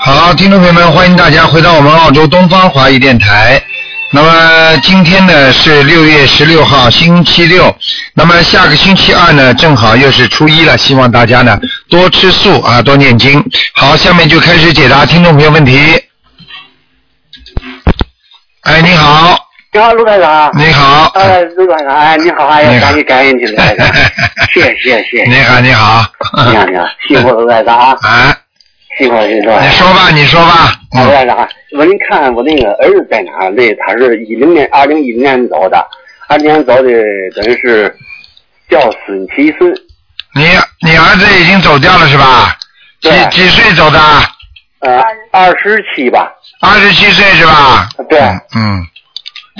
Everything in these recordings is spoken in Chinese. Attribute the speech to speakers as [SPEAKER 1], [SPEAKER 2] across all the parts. [SPEAKER 1] 好，听众朋友们，欢迎大家回到我们澳洲东方华语电台。那么今天呢是六月十六号，星期六。那么下个星期二呢，正好又是初一了，希望大家呢多吃素啊，多念经。好，下面就开始解答听众朋友问题。哎，你好，
[SPEAKER 2] 你好，卢台长。
[SPEAKER 1] 你好，
[SPEAKER 2] 呃，卢台长，哎，你好，哎
[SPEAKER 1] 你
[SPEAKER 2] 呀，
[SPEAKER 1] 好
[SPEAKER 2] 赶紧感恩你卢 台长，谢谢谢谢，
[SPEAKER 1] 你好，你好，
[SPEAKER 2] 你好你好，辛苦卢台长啊，
[SPEAKER 1] 啊，
[SPEAKER 2] 辛苦了辛苦了
[SPEAKER 1] 你。说吧，你说吧，
[SPEAKER 2] 卢
[SPEAKER 1] 嗯，
[SPEAKER 2] 台长，我您看我那个儿子在哪儿？那他是一零年，二零一零年走的，二零年走的等于是叫孙其孙，
[SPEAKER 1] 你你儿子已经走掉了是吧？几
[SPEAKER 2] 对
[SPEAKER 1] 几岁走的？
[SPEAKER 2] 呃，二十七吧，
[SPEAKER 1] 二十七岁是吧？
[SPEAKER 2] 对，
[SPEAKER 1] 嗯，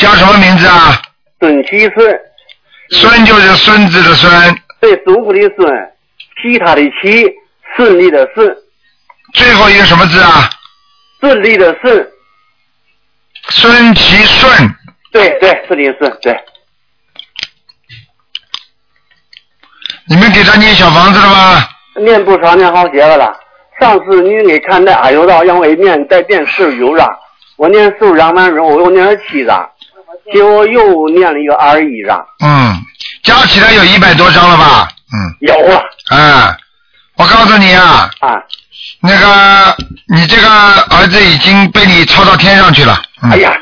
[SPEAKER 1] 叫什么名字啊？
[SPEAKER 2] 孙其孙，
[SPEAKER 1] 孙就是孙子的孙，
[SPEAKER 2] 对，祖父的孙，其他的其，顺利的顺，
[SPEAKER 1] 最后一个什么字啊？
[SPEAKER 2] 顺利的顺，
[SPEAKER 1] 孙其顺，
[SPEAKER 2] 对对，顺利的顺，对，
[SPEAKER 1] 你们给他念小房子了吗？
[SPEAKER 2] 念不长，念好些个了。上次您给看那俺油道，让我念再念四十九章，我念四十章完之后，我又念了七章，结果又念了一个二十一章，
[SPEAKER 1] 嗯，加起来有一百多张了吧？嗯，
[SPEAKER 2] 有啊了
[SPEAKER 1] 哎，我告诉你啊，
[SPEAKER 2] 啊！
[SPEAKER 1] 那个你这个儿子已经被你抄到天上去了。嗯、
[SPEAKER 2] 哎呀，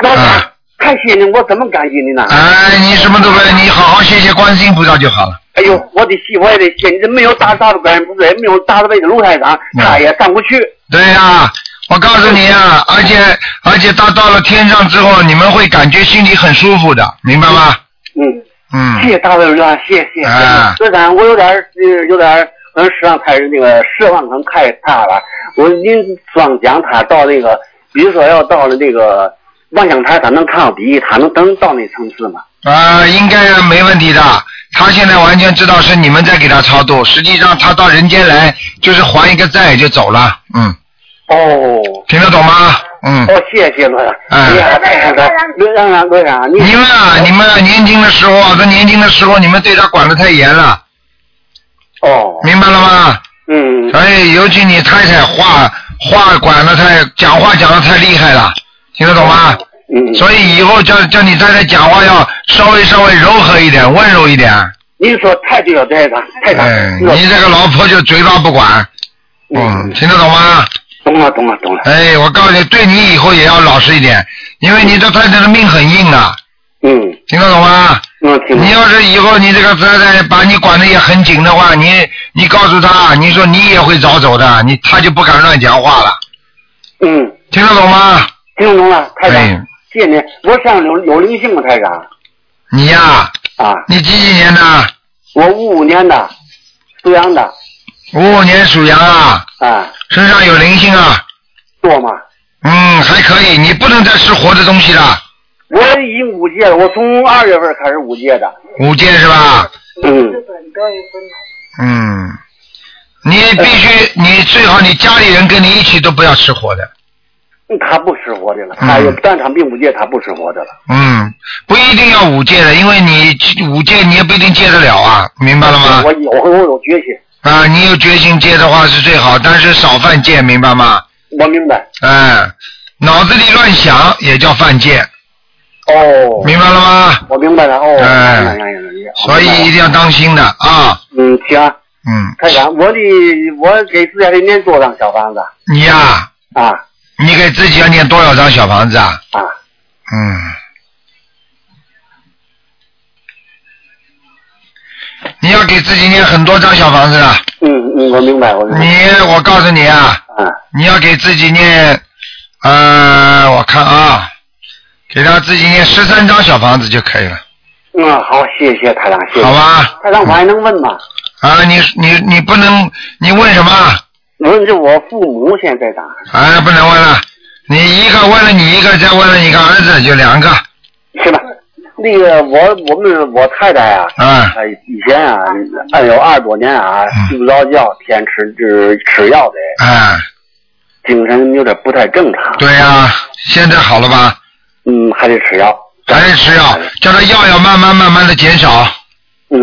[SPEAKER 2] 老
[SPEAKER 1] 啊
[SPEAKER 2] 板，太谢谢你，我怎么感谢你呢？
[SPEAKER 1] 哎，你什么都不，你好好谢谢观世音菩萨就好了。
[SPEAKER 2] 哎呦，我得谢，我也得谢你，这没有大大的感恩不是，也没有大的为的卢台长，
[SPEAKER 1] 嗯
[SPEAKER 2] 他也上不去。
[SPEAKER 1] 对呀、我告诉你啊，而且而且他到了天上之后，你们会感觉心里很舒服的，明白吗？
[SPEAKER 2] 嗯，谢
[SPEAKER 1] 嗯，
[SPEAKER 2] 谢大伟卢台长，谢谢谢谢
[SPEAKER 1] 啊。
[SPEAKER 2] 卢台长，我有点儿呃有点儿可能时尚太那个奢望可能太大了。我您光讲他到那个，比如说要到了那个万象台，他能看到第一，他能能到那层次吗？
[SPEAKER 1] 啊，应该没问题的。他现在完全知道是你们在给他超度，实际上他到人间来就是还一个债就走了。嗯，
[SPEAKER 2] 哦，
[SPEAKER 1] 听得懂吗？嗯，
[SPEAKER 2] 哦，谢谢卢台长，
[SPEAKER 1] 哎
[SPEAKER 2] 哎呀，太感恩卢台长，卢台长，你
[SPEAKER 1] 你们啊，你们年轻的时候啊，在年轻的时候，你们对他管得太严了，
[SPEAKER 2] 哦，
[SPEAKER 1] 明白了吗？
[SPEAKER 2] 嗯，
[SPEAKER 1] 哎，尤其你太太话话管的太，讲话讲的太厉害了，听得懂吗？
[SPEAKER 2] 嗯，
[SPEAKER 1] 所以以后叫叫你太太讲话要稍微稍微柔和一点，温柔一点。
[SPEAKER 2] 您说太对了，卢台长，太感
[SPEAKER 1] 哎，
[SPEAKER 2] 恩了，
[SPEAKER 1] 你这个老婆就嘴巴不管，嗯，
[SPEAKER 2] 嗯，
[SPEAKER 1] 听得懂吗？
[SPEAKER 2] 懂了懂了懂了，
[SPEAKER 1] 哎，我告诉你，对你以后也要老实一点，因为你这太太的命很硬啊，
[SPEAKER 2] 嗯，
[SPEAKER 1] 听得懂吗？
[SPEAKER 2] 嗯，听懂
[SPEAKER 1] 你要是以后你这个太太把你管的也很紧的话，你你告诉她，你说你也会早走的，你她就不敢乱讲话了，
[SPEAKER 2] 嗯，
[SPEAKER 1] 听得懂吗？
[SPEAKER 2] 听懂了，台长
[SPEAKER 1] 哎。，
[SPEAKER 2] 谢谢您，我身上有有灵性啊吗，台长？
[SPEAKER 1] 你呀、
[SPEAKER 2] 啊，
[SPEAKER 1] 你几几年的？
[SPEAKER 2] 我五五年的，属羊的，
[SPEAKER 1] 五五年属羊啊，
[SPEAKER 2] 啊，
[SPEAKER 1] 身上有灵性啊。
[SPEAKER 2] 多吗？
[SPEAKER 1] 嗯，还可以，你不能再吃活的东西了，
[SPEAKER 2] 我已经五戒了，我从二月份开始五戒的。
[SPEAKER 1] 五戒是吧？
[SPEAKER 2] 嗯，
[SPEAKER 1] 嗯，你必须，你最好你家里人跟你一起都不要吃活的，
[SPEAKER 2] 嗯他不吃活的了，他也
[SPEAKER 1] 嗯，
[SPEAKER 2] 但他并不戒，他不吃活的了。
[SPEAKER 1] 嗯，不一定要五戒的，因为你五戒你也不一定戒得了啊，明白了吗？
[SPEAKER 2] 我有我有决心，
[SPEAKER 1] 啊，你有决心戒的话是最好，但是少犯戒，明白吗？
[SPEAKER 2] 我明白。
[SPEAKER 1] 哎，脑子里乱想也叫犯戒，
[SPEAKER 2] 哦，
[SPEAKER 1] 明白了吗？
[SPEAKER 2] 我明白了。哦，
[SPEAKER 1] 哎
[SPEAKER 2] 明白了明白了
[SPEAKER 1] 所以一定要当心的啊，
[SPEAKER 2] 嗯，行，
[SPEAKER 1] 嗯，
[SPEAKER 2] 台长，我的我给自家里念多张小房子
[SPEAKER 1] 你呀、
[SPEAKER 2] 啊
[SPEAKER 1] 你给自己要念多少张小房子啊？
[SPEAKER 2] 啊，
[SPEAKER 1] 嗯，你要给自己念很多张小房子啊！
[SPEAKER 2] 嗯嗯，我明白，我明白。
[SPEAKER 1] 你，我告诉你啊，
[SPEAKER 2] 啊，
[SPEAKER 1] 你要给自己念，呃，我看啊，给他自己念十三张小房子就可以了，
[SPEAKER 2] 嗯，好，谢谢台长，谢谢。
[SPEAKER 1] 好。吧？
[SPEAKER 2] 台长，我还能问吗？
[SPEAKER 1] 啊，你你你不能，你问什么？
[SPEAKER 2] 我问这我父母现在在哪？
[SPEAKER 1] 啊，不能问了。你一个问了你一个，再问了你一个儿子，就两个。
[SPEAKER 2] 是吧？那个我我们我太太啊，
[SPEAKER 1] 啊，
[SPEAKER 2] 呃以前啊，哎有二十多年啊，
[SPEAKER 1] 嗯
[SPEAKER 2] 睡不着觉，天吃就是吃药的，
[SPEAKER 1] 哎，
[SPEAKER 2] 精神有点不太正常。，
[SPEAKER 1] 对呀、现在好了吧？
[SPEAKER 2] 嗯，还得吃药。
[SPEAKER 1] 还是吃药，叫他药要慢慢慢慢的减少，
[SPEAKER 2] 嗯，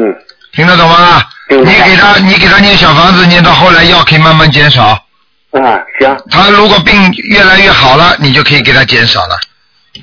[SPEAKER 1] 听得懂吗？
[SPEAKER 2] 对
[SPEAKER 1] 你
[SPEAKER 2] 不对
[SPEAKER 1] 给他，你给他念小房子，念到后来药可以慢慢减少，
[SPEAKER 2] 啊，行
[SPEAKER 1] 他如果病越来越好了，你就可以给他减少了，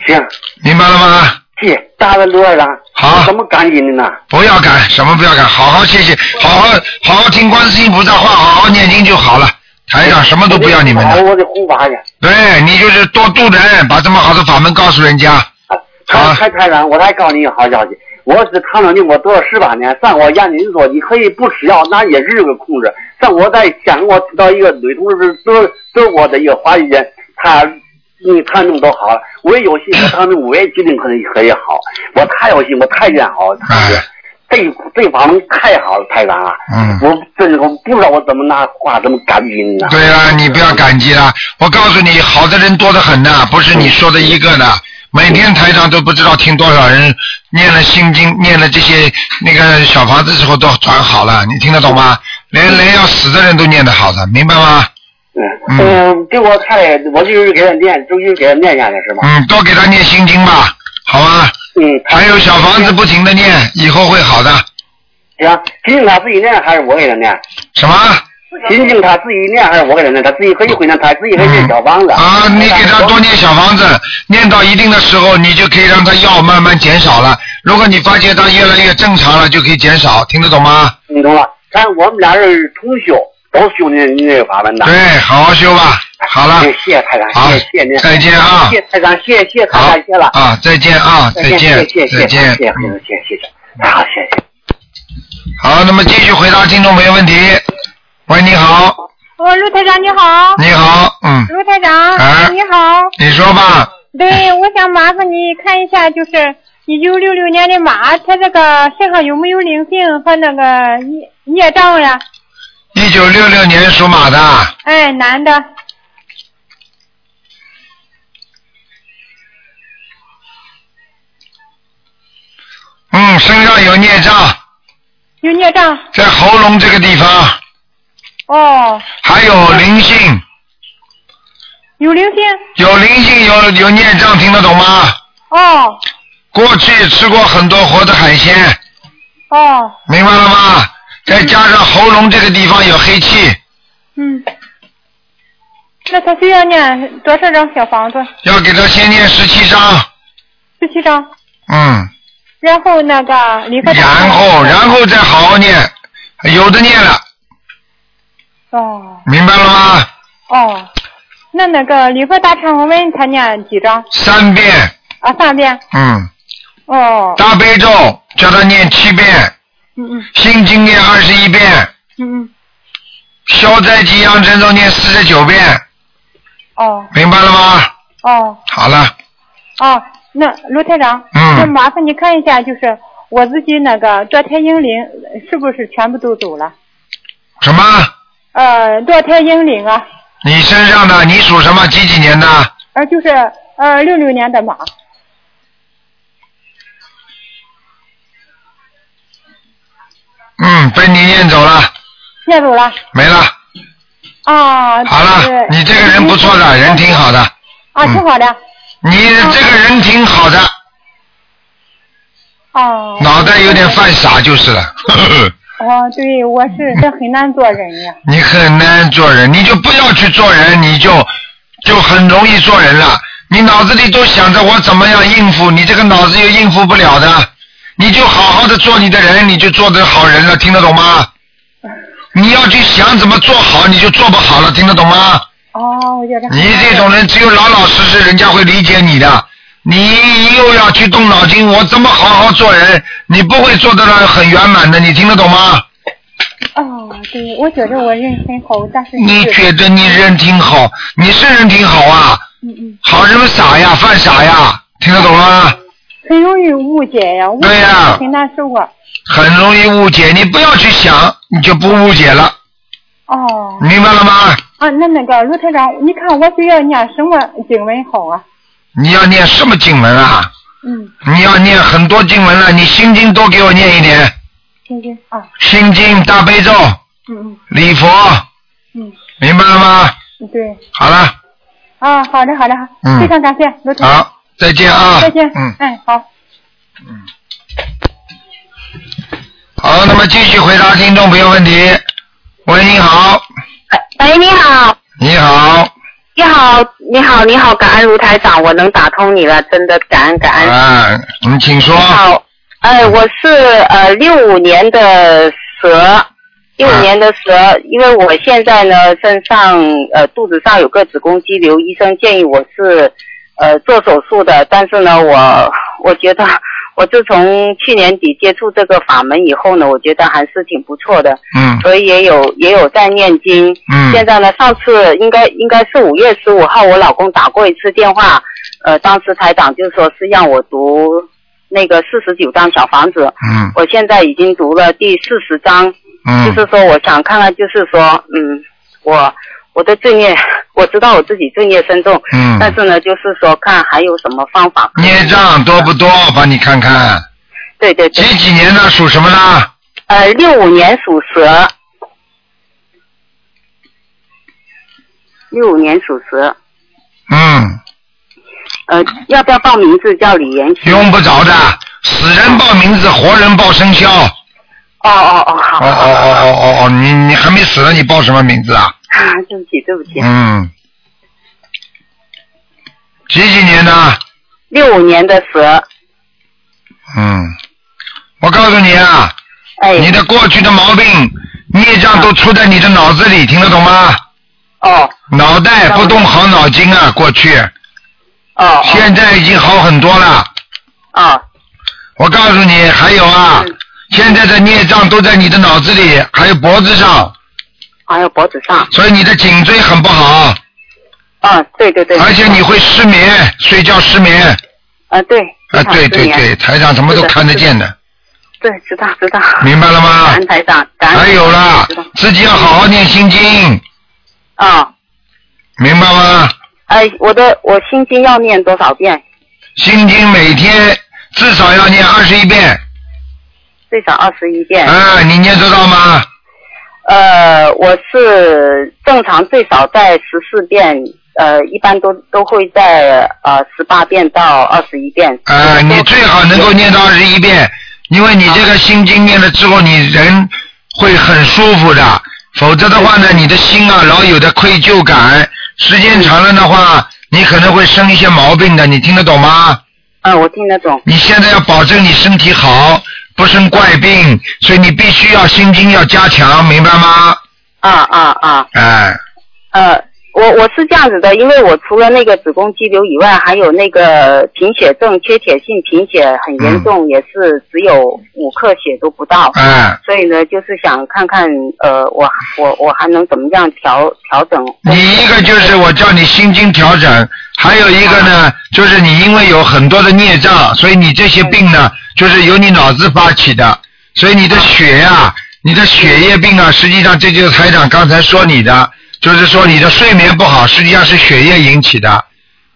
[SPEAKER 2] 行，
[SPEAKER 1] 明白了吗？
[SPEAKER 2] 谢谢，大了卢院长，
[SPEAKER 1] 好
[SPEAKER 2] 怎么感激您呢？
[SPEAKER 1] 不要赶，什么不要赶，好好谢谢，好好好好听观世音菩萨话，好好念经就好了。台长什么都不要你们
[SPEAKER 2] 好
[SPEAKER 1] 的，
[SPEAKER 2] 我得护法去。
[SPEAKER 1] 对你就是多度人，把这么好的法门告诉人家。
[SPEAKER 2] 啊，
[SPEAKER 1] 好
[SPEAKER 2] 还还台长，我再告诉你一个好消息，我是糖尿病，我得了十八年，上我验诊所，你可以不吃药，那也是个控制。上我在想，我知道一个女同事，就是就是我的一个华裔人，她嗯糖尿病都好了，我也有幸，我糖尿病我也疾病可能可以好，我太有幸，我太愿好了，
[SPEAKER 1] 哎
[SPEAKER 2] 这这方面太好了，台长啊，
[SPEAKER 1] 嗯
[SPEAKER 2] 我真是我不知道我怎么拿话怎么感啊激您呢。
[SPEAKER 1] 对了，你不要感激了。我告诉你，好的人多得很呐，不是你说的一个的。每天台上都不知道听多少人念了心经，念了这些那个小房子之后都转好了，你听得懂吗？连连要死的人都念得好的，明白吗？嗯
[SPEAKER 2] 嗯，嗯，给我太，我就是给他念，就是给他念下来是吗？
[SPEAKER 1] 嗯，多给他念心经吧，好吗？
[SPEAKER 2] 嗯，
[SPEAKER 1] 还有小房子不停的念，以后会好的。
[SPEAKER 2] 行，仅仅他自己念还是我给他念？
[SPEAKER 1] 什么？
[SPEAKER 2] 仅仅他自己念还是我给他念？他自己可以回念，他自己可以念小房子。
[SPEAKER 1] 啊，你给他多念小房子，念到一定的时候，你就可以让他药慢慢减少了。如果你发觉他越来越正常了，就可以减少，听得懂吗？
[SPEAKER 2] 你懂了？但是我们俩人同修，都修那那个法门的。
[SPEAKER 1] 对，好好修吧。好了
[SPEAKER 2] 哎，谢谢台
[SPEAKER 1] 好
[SPEAKER 2] 长，谢谢您，
[SPEAKER 1] 再见啊
[SPEAKER 2] 谢谢台长，谢谢谢谢
[SPEAKER 1] 好
[SPEAKER 2] 台长，谢了，
[SPEAKER 1] 啊，再见啊，再见
[SPEAKER 2] 谢谢，谢
[SPEAKER 1] 再
[SPEAKER 2] 谢谢谢
[SPEAKER 1] 见嗯
[SPEAKER 2] 谢谢。谢谢，太好，谢谢。
[SPEAKER 1] 好，那么继续回答听众朋友问题。喂，你好，
[SPEAKER 3] 哦，陆台长你好，
[SPEAKER 1] 你好，嗯，
[SPEAKER 3] 陆台长、
[SPEAKER 1] 哎
[SPEAKER 3] 你好，
[SPEAKER 1] 你说吧，
[SPEAKER 3] 对，我想麻烦你看一下，就是一九六六年的马，它这个身上有没有灵性和那个业业障呀？
[SPEAKER 1] 一九六六年属马的，
[SPEAKER 3] 哎，男的，
[SPEAKER 1] 嗯，身上有孽障，
[SPEAKER 3] 有孽障
[SPEAKER 1] 在喉咙这个地方，
[SPEAKER 3] 哦，
[SPEAKER 1] 还有灵性，
[SPEAKER 3] 有灵性
[SPEAKER 1] 有灵性，有有孽障，听得懂吗？
[SPEAKER 3] 哦
[SPEAKER 1] 过去吃过很多活的海鲜，
[SPEAKER 3] 哦，
[SPEAKER 1] 明白了吗？再加上喉咙这个地方有黑气，
[SPEAKER 3] 嗯，那他需要念多少张小房子？
[SPEAKER 1] 要给他先念十七章，
[SPEAKER 3] 十七张，
[SPEAKER 1] 嗯，
[SPEAKER 3] 然后那个离开他
[SPEAKER 1] 然后然后再好好念，有的念了，
[SPEAKER 3] 哦
[SPEAKER 1] 明白了吗？
[SPEAKER 3] 哦，那那个礼佛大忏悔文他念几张
[SPEAKER 1] 三遍，
[SPEAKER 3] 啊？三遍。
[SPEAKER 1] 嗯，
[SPEAKER 3] 哦，
[SPEAKER 1] 大悲咒叫他念七遍，
[SPEAKER 3] 嗯嗯
[SPEAKER 1] 心经念二十一遍，
[SPEAKER 3] 嗯嗯，
[SPEAKER 1] 消灾吉祥神咒念四十九遍，
[SPEAKER 3] 哦
[SPEAKER 1] 明白了吗？
[SPEAKER 3] 哦
[SPEAKER 1] 好了，
[SPEAKER 3] 哦，那卢台长，
[SPEAKER 1] 嗯
[SPEAKER 3] 那麻烦你看一下，就是我自己那个堕胎婴灵呃是不是全部都走了？
[SPEAKER 1] 什么？
[SPEAKER 3] 呃，堕胎婴灵啊，
[SPEAKER 1] 你身上的你属什么？几几年的？
[SPEAKER 3] 呃，就是呃六六年的马，
[SPEAKER 1] 嗯，被你念走了，
[SPEAKER 3] 念走了
[SPEAKER 1] 没了。
[SPEAKER 3] 啊。
[SPEAKER 1] 好了
[SPEAKER 3] 对，
[SPEAKER 1] 你这个人不错的，人挺好的，
[SPEAKER 3] 啊，
[SPEAKER 1] 嗯
[SPEAKER 3] 挺好的
[SPEAKER 1] 你这个人挺好的，
[SPEAKER 3] 啊。
[SPEAKER 1] 脑袋有点犯傻就是了。 呵呵
[SPEAKER 3] 哦，对，我是这很难做人呀。
[SPEAKER 1] 你很难做人，你就不要去做人，你就就很容易做人了。你脑子里都想着我怎么样应付，你这个脑子又应付不了的，你就好好的做你的人，你就做得好人了，听得懂吗？你要去想怎么做好，你就做不好了，听得懂吗？
[SPEAKER 3] 哦，我觉得很
[SPEAKER 1] 你
[SPEAKER 3] 难
[SPEAKER 1] 这
[SPEAKER 3] 做
[SPEAKER 1] 种人只有老老实实，人家会理解你的。你又要去动脑筋，我怎么好好做人？你不会做得了很圆满的，你听得懂吗？
[SPEAKER 3] 哦，对，我觉得我人很好，但是
[SPEAKER 1] 你
[SPEAKER 3] 就是
[SPEAKER 1] 觉得你人挺好，你是人挺好啊，
[SPEAKER 3] 嗯嗯，
[SPEAKER 1] 好人不傻呀，犯傻呀，听得懂吗？
[SPEAKER 3] 很容易误解呀，误解
[SPEAKER 1] 对呀
[SPEAKER 3] 很难受啊。
[SPEAKER 1] 很容易误解，你不要去想，你就不误解了，
[SPEAKER 3] 哦，
[SPEAKER 1] 明白了吗？
[SPEAKER 3] 啊，那那个卢台长，你看我需要念什么经文好啊？
[SPEAKER 1] 你要念什么经文啊？
[SPEAKER 3] 嗯，
[SPEAKER 1] 你要念很多经文了，你心经多给我念一点，
[SPEAKER 3] 行行啊，
[SPEAKER 1] 心经、大悲咒、
[SPEAKER 3] 嗯
[SPEAKER 1] 礼佛，
[SPEAKER 3] 嗯
[SPEAKER 1] 明白了吗？
[SPEAKER 3] 嗯，对，
[SPEAKER 1] 好了，
[SPEAKER 3] 啊，好的好的，
[SPEAKER 1] 嗯
[SPEAKER 3] 非常感谢卢台长，
[SPEAKER 1] 好，再见啊，
[SPEAKER 3] 再见，
[SPEAKER 1] 嗯，
[SPEAKER 3] 哎，好，
[SPEAKER 1] 好，那么继续回答听众朋友问题。喂，你好，
[SPEAKER 4] 喂，你好，
[SPEAKER 1] 你好，
[SPEAKER 4] 你好，你好，你好，感恩卢台长，我能打通你了，真的感恩感恩。
[SPEAKER 1] 啊，你请说
[SPEAKER 4] 哎你。好，呃，我是呃六五年的蛇，六五年的蛇，因为我现在呢身上呃肚子上有个子宫肌瘤，医生建议我是呃做手术的，但是呢我我觉得我自从去年底接触这个法门以后呢，我觉得还是挺不错的，
[SPEAKER 1] 嗯
[SPEAKER 4] 所以也有也有在念经，现
[SPEAKER 1] 嗯
[SPEAKER 4] 在呢，上次应该应该是五月十五号，我老公打过一次电话，呃，当时台长就说是让我读那个四十九章小房子，
[SPEAKER 1] 嗯
[SPEAKER 4] 我现在已经读了第四十章，就
[SPEAKER 1] 嗯
[SPEAKER 4] 是说我想看看，就是说，嗯，我我的罪孽， 我知道我自己罪孽深重，但
[SPEAKER 1] 嗯，
[SPEAKER 4] 是呢，就是说看还有什么方法可以。
[SPEAKER 1] 孽障多不多？帮你看看，
[SPEAKER 4] 对对
[SPEAKER 1] 几
[SPEAKER 4] 对，
[SPEAKER 1] 几年的属什么的？
[SPEAKER 4] 呃，六五年属蛇，六五年属蛇。
[SPEAKER 1] 嗯，
[SPEAKER 4] 呃，要不要报名字叫李延禧？
[SPEAKER 1] 用不着的，死人报名字，活人报生肖。
[SPEAKER 4] 哦哦哦，
[SPEAKER 1] 哦
[SPEAKER 4] 好，
[SPEAKER 1] 哦哦哦哦哦，你你还没死呢，你报什么名字啊？
[SPEAKER 4] 啊对不起对不起，
[SPEAKER 1] 嗯，几几年的？
[SPEAKER 4] 六五年的蛇，
[SPEAKER 1] 嗯，我告诉你啊，
[SPEAKER 4] 哎，
[SPEAKER 1] 你的过去的毛病、孽障都出在你的脑子里，听得懂吗？
[SPEAKER 4] 啊哦
[SPEAKER 1] 脑袋不动好脑筋啊，过去，
[SPEAKER 4] 哦
[SPEAKER 1] 现在已经好很多了。
[SPEAKER 4] 哦
[SPEAKER 1] 我告诉你，还有啊，
[SPEAKER 4] 嗯
[SPEAKER 1] 现在的孽障都在你的脑子里，还有脖子上，
[SPEAKER 4] 还有脖子上，
[SPEAKER 1] 所以你的颈椎很不好，
[SPEAKER 4] 啊，对对对，
[SPEAKER 1] 而且你会失眠，睡觉失眠。
[SPEAKER 5] 呃
[SPEAKER 4] 啊对，
[SPEAKER 1] 啊，对对对，台长什么都看得见的，
[SPEAKER 4] 对，知道知道，
[SPEAKER 1] 明白了
[SPEAKER 4] 感
[SPEAKER 1] 吗
[SPEAKER 4] 恩？台长，感恩
[SPEAKER 1] 啊还有啦
[SPEAKER 4] 知道，
[SPEAKER 1] 自己要好好念心经，
[SPEAKER 4] 啊，
[SPEAKER 1] 明白吗？
[SPEAKER 4] 哎，我的我心经要念多少遍？
[SPEAKER 1] 心经每天至少要念二十一遍，
[SPEAKER 4] 最少二十一遍。
[SPEAKER 1] 啊，你念得到吗？
[SPEAKER 4] 呃，我是正常最少在十四遍，呃，一般都都会在呃十八遍到二十一遍。
[SPEAKER 1] 啊，你最好能够念到二十一遍，因为你这
[SPEAKER 4] 啊
[SPEAKER 1] 个心经念了之后，你人会很舒服的。否则的话呢，你的心啊老有的愧疚感，时间长了的话，你可能会生一些毛病的。你听得懂吗？
[SPEAKER 4] 嗯、我听得懂。
[SPEAKER 1] 你现在要保证你身体好，不生怪病，所以你必须要心经要加强，明白吗？
[SPEAKER 4] 啊啊啊！
[SPEAKER 1] 哎，
[SPEAKER 4] 呃，我我是这样子的，因为我除了那个子宫肌瘤以外，还有那个贫血症，缺铁性贫血很
[SPEAKER 1] 嗯
[SPEAKER 4] 严重，也是只有五克血都不到。
[SPEAKER 1] 哎，
[SPEAKER 4] 所以呢，就是想看看，呃，我我我还能怎么样调调整？
[SPEAKER 1] 你一个就是我叫你心经调整，还有一个呢，就是你因为有很多的孽障，所以你这些病呢，就是由你脑子发起的，所以你的血呀、你的血液病啊，实际上这就是台长刚才说你的，就是说你的睡眠不好，实际上是血液引起的，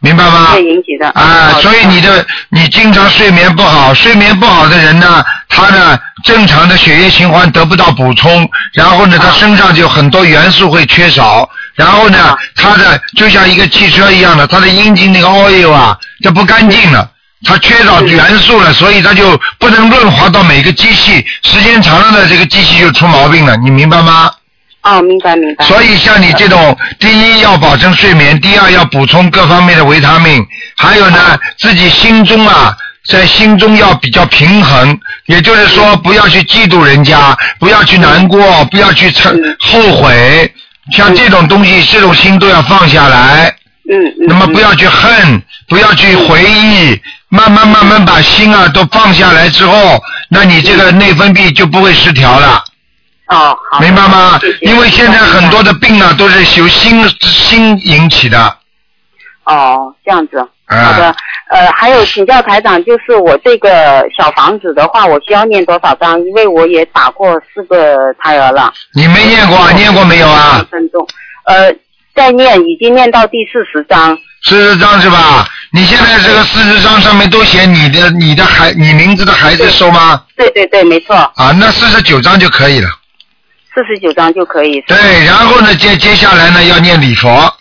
[SPEAKER 1] 明白吗？
[SPEAKER 4] 会引起的哦
[SPEAKER 1] 啊，
[SPEAKER 4] 好
[SPEAKER 1] 所以你的你经常睡眠不好，睡眠不好的人呢，他呢正常的血液循环得不到补充，然后呢他
[SPEAKER 4] 啊
[SPEAKER 1] 身上就很多元素会缺少，然后呢
[SPEAKER 4] 啊
[SPEAKER 1] 他的就像一个汽车一样的，他的阴茎那个 oil 啊，它不干净了。它缺少元素了，所以它就不能润滑到每个机器，时间长了呢，这个机器就出毛病了，你明白吗？
[SPEAKER 4] 哦，明白明白。
[SPEAKER 1] 所以像你这种，第一要保证睡眠，第二要补充各方面的维他命，还有呢，自己心中啊，在心中要比较平衡，也就是说，
[SPEAKER 4] 嗯
[SPEAKER 1] 不要去嫉妒人家，不要去难过，不要去承
[SPEAKER 4] 嗯
[SPEAKER 1] 后悔，像这种东西，这种心都要放下来。
[SPEAKER 4] 嗯嗯。
[SPEAKER 1] 那么
[SPEAKER 4] 嗯
[SPEAKER 1] 不要去恨，不要去回忆，慢慢慢慢把心啊都放下来之后，那你这
[SPEAKER 4] 嗯
[SPEAKER 1] 个内分泌就不会失调了。
[SPEAKER 4] 哦，好，
[SPEAKER 1] 明白吗
[SPEAKER 4] 谢谢？
[SPEAKER 1] 因为现在很多的病啊，都是由心心引起的。
[SPEAKER 4] 哦，这样子，
[SPEAKER 1] 嗯
[SPEAKER 4] 好的，呃，还有请教台长，就是我这个小房子的话，我需要念多少张？因为我也打过四个胎儿了，
[SPEAKER 1] 你没念过啊？念过没有啊？
[SPEAKER 4] 分钟，呃，在念，已经念到第四十章，
[SPEAKER 1] 四十张是
[SPEAKER 4] 嗯
[SPEAKER 1] 吧？你现在这个四十张上面都写你的你的孩你名字的孩子收吗？
[SPEAKER 4] 对对对，没错，
[SPEAKER 1] 啊，那四十九张就可以了。
[SPEAKER 4] 四十九章就可以，
[SPEAKER 1] 对，然后呢，接接下来呢要念礼佛啊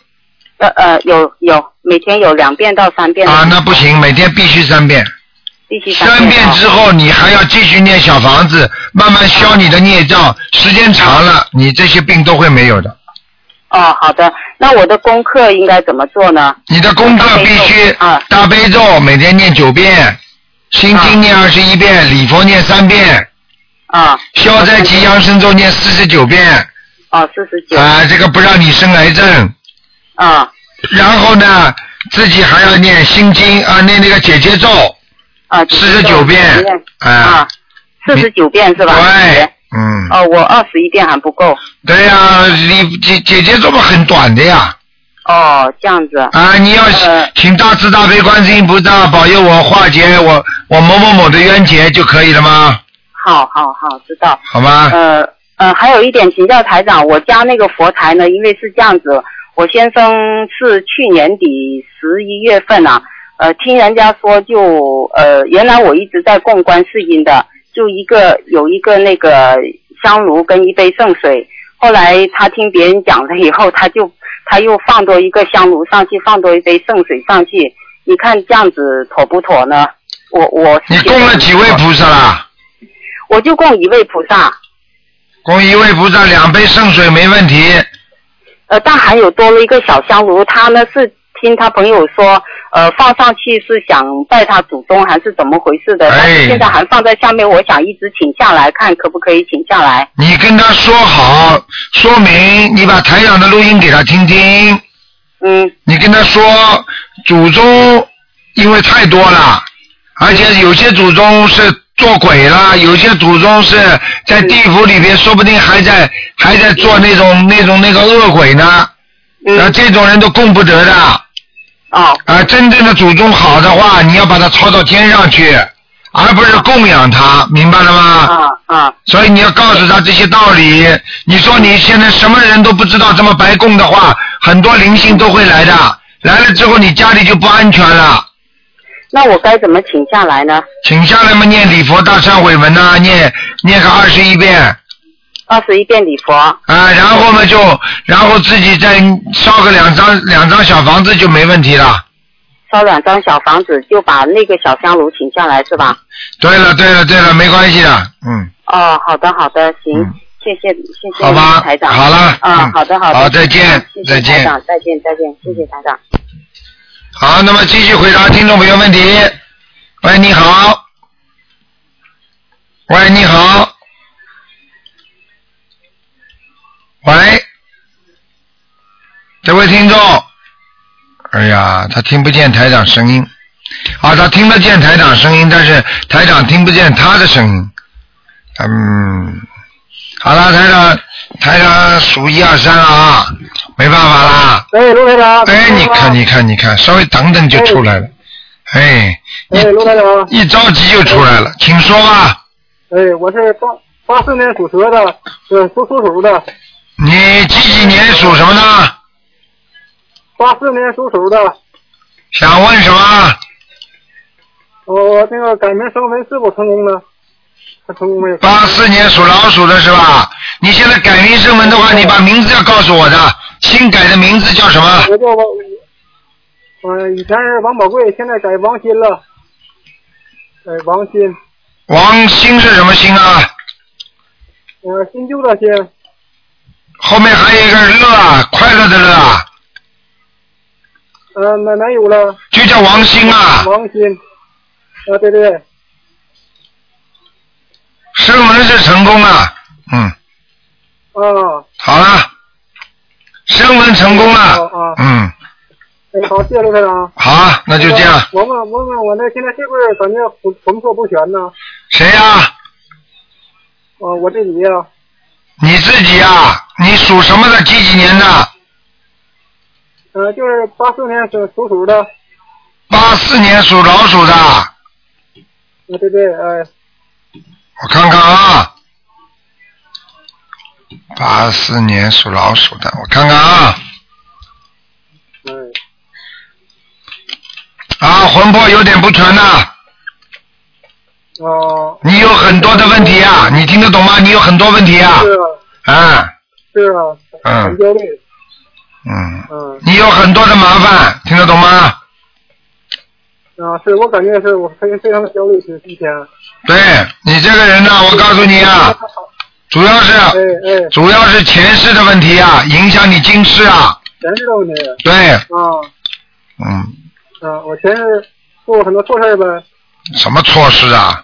[SPEAKER 4] 呃呃，有有，每天有两遍到三遍，
[SPEAKER 1] 啊，那不行，每天必须三遍。
[SPEAKER 4] 必须
[SPEAKER 1] 三
[SPEAKER 4] 遍
[SPEAKER 1] 遍
[SPEAKER 4] 哦
[SPEAKER 1] 之后，你还要继续念小房子，慢慢消你的孽障。时间长了，你这些病都会没有的。
[SPEAKER 4] 哦，好的。那我的功课应该怎么做呢？
[SPEAKER 1] 你的功课必须
[SPEAKER 4] 啊
[SPEAKER 1] 大悲咒每天念九遍，心经念二十一遍，礼佛念三遍，
[SPEAKER 4] 啊，
[SPEAKER 1] 消灾吉祥神咒念四十九遍，
[SPEAKER 4] 哦，四十九。
[SPEAKER 1] 啊，这个不让你生癌症。
[SPEAKER 4] 啊
[SPEAKER 1] 然后呢，自己还要念心经啊，念那个姐姐咒
[SPEAKER 4] 啊，
[SPEAKER 1] 四十九遍，啊
[SPEAKER 4] 啊，，四十九遍是吧？
[SPEAKER 1] 对，嗯，
[SPEAKER 4] 哦，我二十一遍还不够。
[SPEAKER 1] 对呀、你姐姐姐咒嘛很短的呀。
[SPEAKER 4] 哦，这样子。
[SPEAKER 1] 啊，你要
[SPEAKER 4] 呃
[SPEAKER 1] 请大慈大悲观世音菩萨保佑我化解我我某某某的冤结就可以了吗？
[SPEAKER 4] 好好好，知道。
[SPEAKER 1] 好吗？
[SPEAKER 4] 呃呃，还有一点，请教台长，我家那个佛台呢，因为是这样子，我先生是去年底十一月份啊，呃，听人家说就呃，原来我一直在供观世音的，就一个有一个那个香炉跟一杯圣水，后来他听别人讲了以后，他就 他又放多一个香炉上去，放多一杯圣水上去，你看这样子妥不妥呢？我我
[SPEAKER 1] 你供了几位菩萨啦？
[SPEAKER 4] 我就供一位菩萨。
[SPEAKER 1] 供一位菩萨，两杯圣水没问题。
[SPEAKER 4] 呃，但还有多了一个小香炉，他呢是听他朋友说，呃，放上去是想拜他祖宗还是怎么回事的？
[SPEAKER 1] 哎
[SPEAKER 4] 但是现在还放在下面，我想一直请下来看可不可以请下来。
[SPEAKER 1] 你跟他说好，说明你把台长的录音给他听听。
[SPEAKER 4] 嗯，
[SPEAKER 1] 你跟他说，祖宗因为太多了，而且有些祖宗是做鬼了，有些祖宗是在地府里边，说不定还在还在做那种那种那个恶鬼呢。
[SPEAKER 4] 嗯
[SPEAKER 1] 啊，这种人都供不得的。
[SPEAKER 4] 哦，
[SPEAKER 1] 啊，真正的祖宗好的话，你要把他抄到天上去，而不是供养他，明白了吗？
[SPEAKER 4] 啊啊，
[SPEAKER 1] 所以你要告诉他这些道理。你说你现在什么人都不知道，这么白供的话，很多灵性都会来的。来了之后，你家里就不安全了。
[SPEAKER 4] 那我该怎么请下来呢？
[SPEAKER 1] 请下来嘛，念礼佛大忏悔文呐、念念个二十一遍
[SPEAKER 4] 二十一遍礼佛。
[SPEAKER 1] 啊，然后嘛就，然后自己再烧个两张两张小房子就没问题了。
[SPEAKER 4] 烧两张小房子，就把那个小香炉请下来是吧？
[SPEAKER 1] 对了对了对了，没关系的，嗯，
[SPEAKER 4] 哦，好的，好的，行，
[SPEAKER 1] 嗯
[SPEAKER 4] 谢谢谢谢
[SPEAKER 1] 好吧
[SPEAKER 4] 台，长。
[SPEAKER 1] 好了，
[SPEAKER 4] 啊
[SPEAKER 1] 嗯，
[SPEAKER 4] 好的好的。
[SPEAKER 1] 好，再见
[SPEAKER 4] 谢，谢
[SPEAKER 1] 再
[SPEAKER 4] 台
[SPEAKER 1] 见，
[SPEAKER 4] 长，再见再见，谢谢台长。
[SPEAKER 1] 好，那么继续回答听众朋友问题。喂，你好。喂，你好。喂，这位听众，哎呀，他听不见台长声音，啊，他听得见台长声音，但是台长听不见他的声音。嗯，好了，台长，台长数一二三了啊，没办法啦。
[SPEAKER 6] 哎，卢台长。
[SPEAKER 1] 哎，你看，你看，你看，稍微等等就出来了。哎，
[SPEAKER 6] 哎，卢台长，
[SPEAKER 1] 一着急就出来了，请说吧。
[SPEAKER 6] 哎，我是八八四年属蛇的，呃，属属鼠的，
[SPEAKER 1] 你几几年属什么的？
[SPEAKER 6] 八四年属鼠的，
[SPEAKER 1] 想问什么？
[SPEAKER 6] 我、那个改名升为是否成功呢？他成功没有？
[SPEAKER 1] 八四年属老鼠的是吧？你现在改名声纹的话，你把名字要告诉我的，新改的名字叫什么？
[SPEAKER 6] 我叫王，呃，以前是王宝贵，现在改王鑫了。哎，王鑫，
[SPEAKER 1] 王星是什么星啊？
[SPEAKER 6] 呃，新旧的新，
[SPEAKER 1] 后面还有一个乐啊，快乐的乐啊，
[SPEAKER 6] 呃，没没有了，
[SPEAKER 1] 就叫王星啊。
[SPEAKER 6] 王鑫。啊，对对，
[SPEAKER 1] 声纹是成功了，嗯，
[SPEAKER 6] 啊，
[SPEAKER 1] 好了，声纹成功了
[SPEAKER 6] 哦哦，
[SPEAKER 1] 嗯，
[SPEAKER 6] 哎，好，谢谢卢台长。
[SPEAKER 1] 好，那就这样。
[SPEAKER 6] 我问，我问我那现在是不是感觉魂魂魄不全呢？
[SPEAKER 1] 谁呀、
[SPEAKER 6] 啊，我自己呀、
[SPEAKER 1] 你自己呀、你属什么的？几几年的？
[SPEAKER 6] 呃，就是八四年属属鼠的，啊，
[SPEAKER 1] 八四年属老鼠的。我
[SPEAKER 6] 对对，哎、
[SPEAKER 1] 看看啊，八四年属老鼠的，我看看啊，
[SPEAKER 6] 嗯，
[SPEAKER 1] 啊，魂魄有点不全呐、
[SPEAKER 6] 哦、
[SPEAKER 1] 你有很多的问题啊，你听得懂吗？你有很多问题啊
[SPEAKER 6] 是，啊，
[SPEAKER 1] 嗯
[SPEAKER 6] 是啊，很
[SPEAKER 1] 嗯
[SPEAKER 6] 焦虑，
[SPEAKER 1] 嗯，
[SPEAKER 6] 嗯，
[SPEAKER 1] 你有很多的麻烦，听得懂吗？
[SPEAKER 6] 啊，是我感觉是我非非常焦虑，是一天，嗯
[SPEAKER 1] 对你这个人呐、我告诉你啊，主要是、
[SPEAKER 6] 哎哎，
[SPEAKER 1] 主要是前世的问题啊，影响你今世啊。
[SPEAKER 6] 全是都那个
[SPEAKER 1] 对，
[SPEAKER 6] 啊
[SPEAKER 1] 嗯，
[SPEAKER 6] 啊，我前世做很多错事儿呗
[SPEAKER 1] 什么错事啊？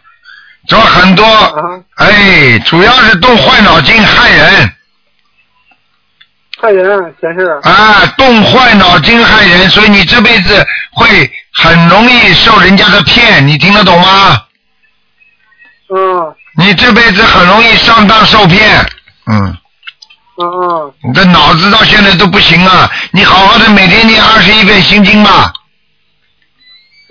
[SPEAKER 1] 这很多，
[SPEAKER 6] 啊，
[SPEAKER 1] 哎，主要是动坏脑筋害人
[SPEAKER 6] 害人前世
[SPEAKER 1] 啊，动坏脑筋害人，所以你这辈子会很容易受人家的骗，你听得懂吗？
[SPEAKER 6] 啊
[SPEAKER 1] 你这辈子很容易上当受骗，嗯，
[SPEAKER 6] 啊啊，
[SPEAKER 1] 你的脑子到现在都不行啊！你好好的每天念二十一遍心经吧，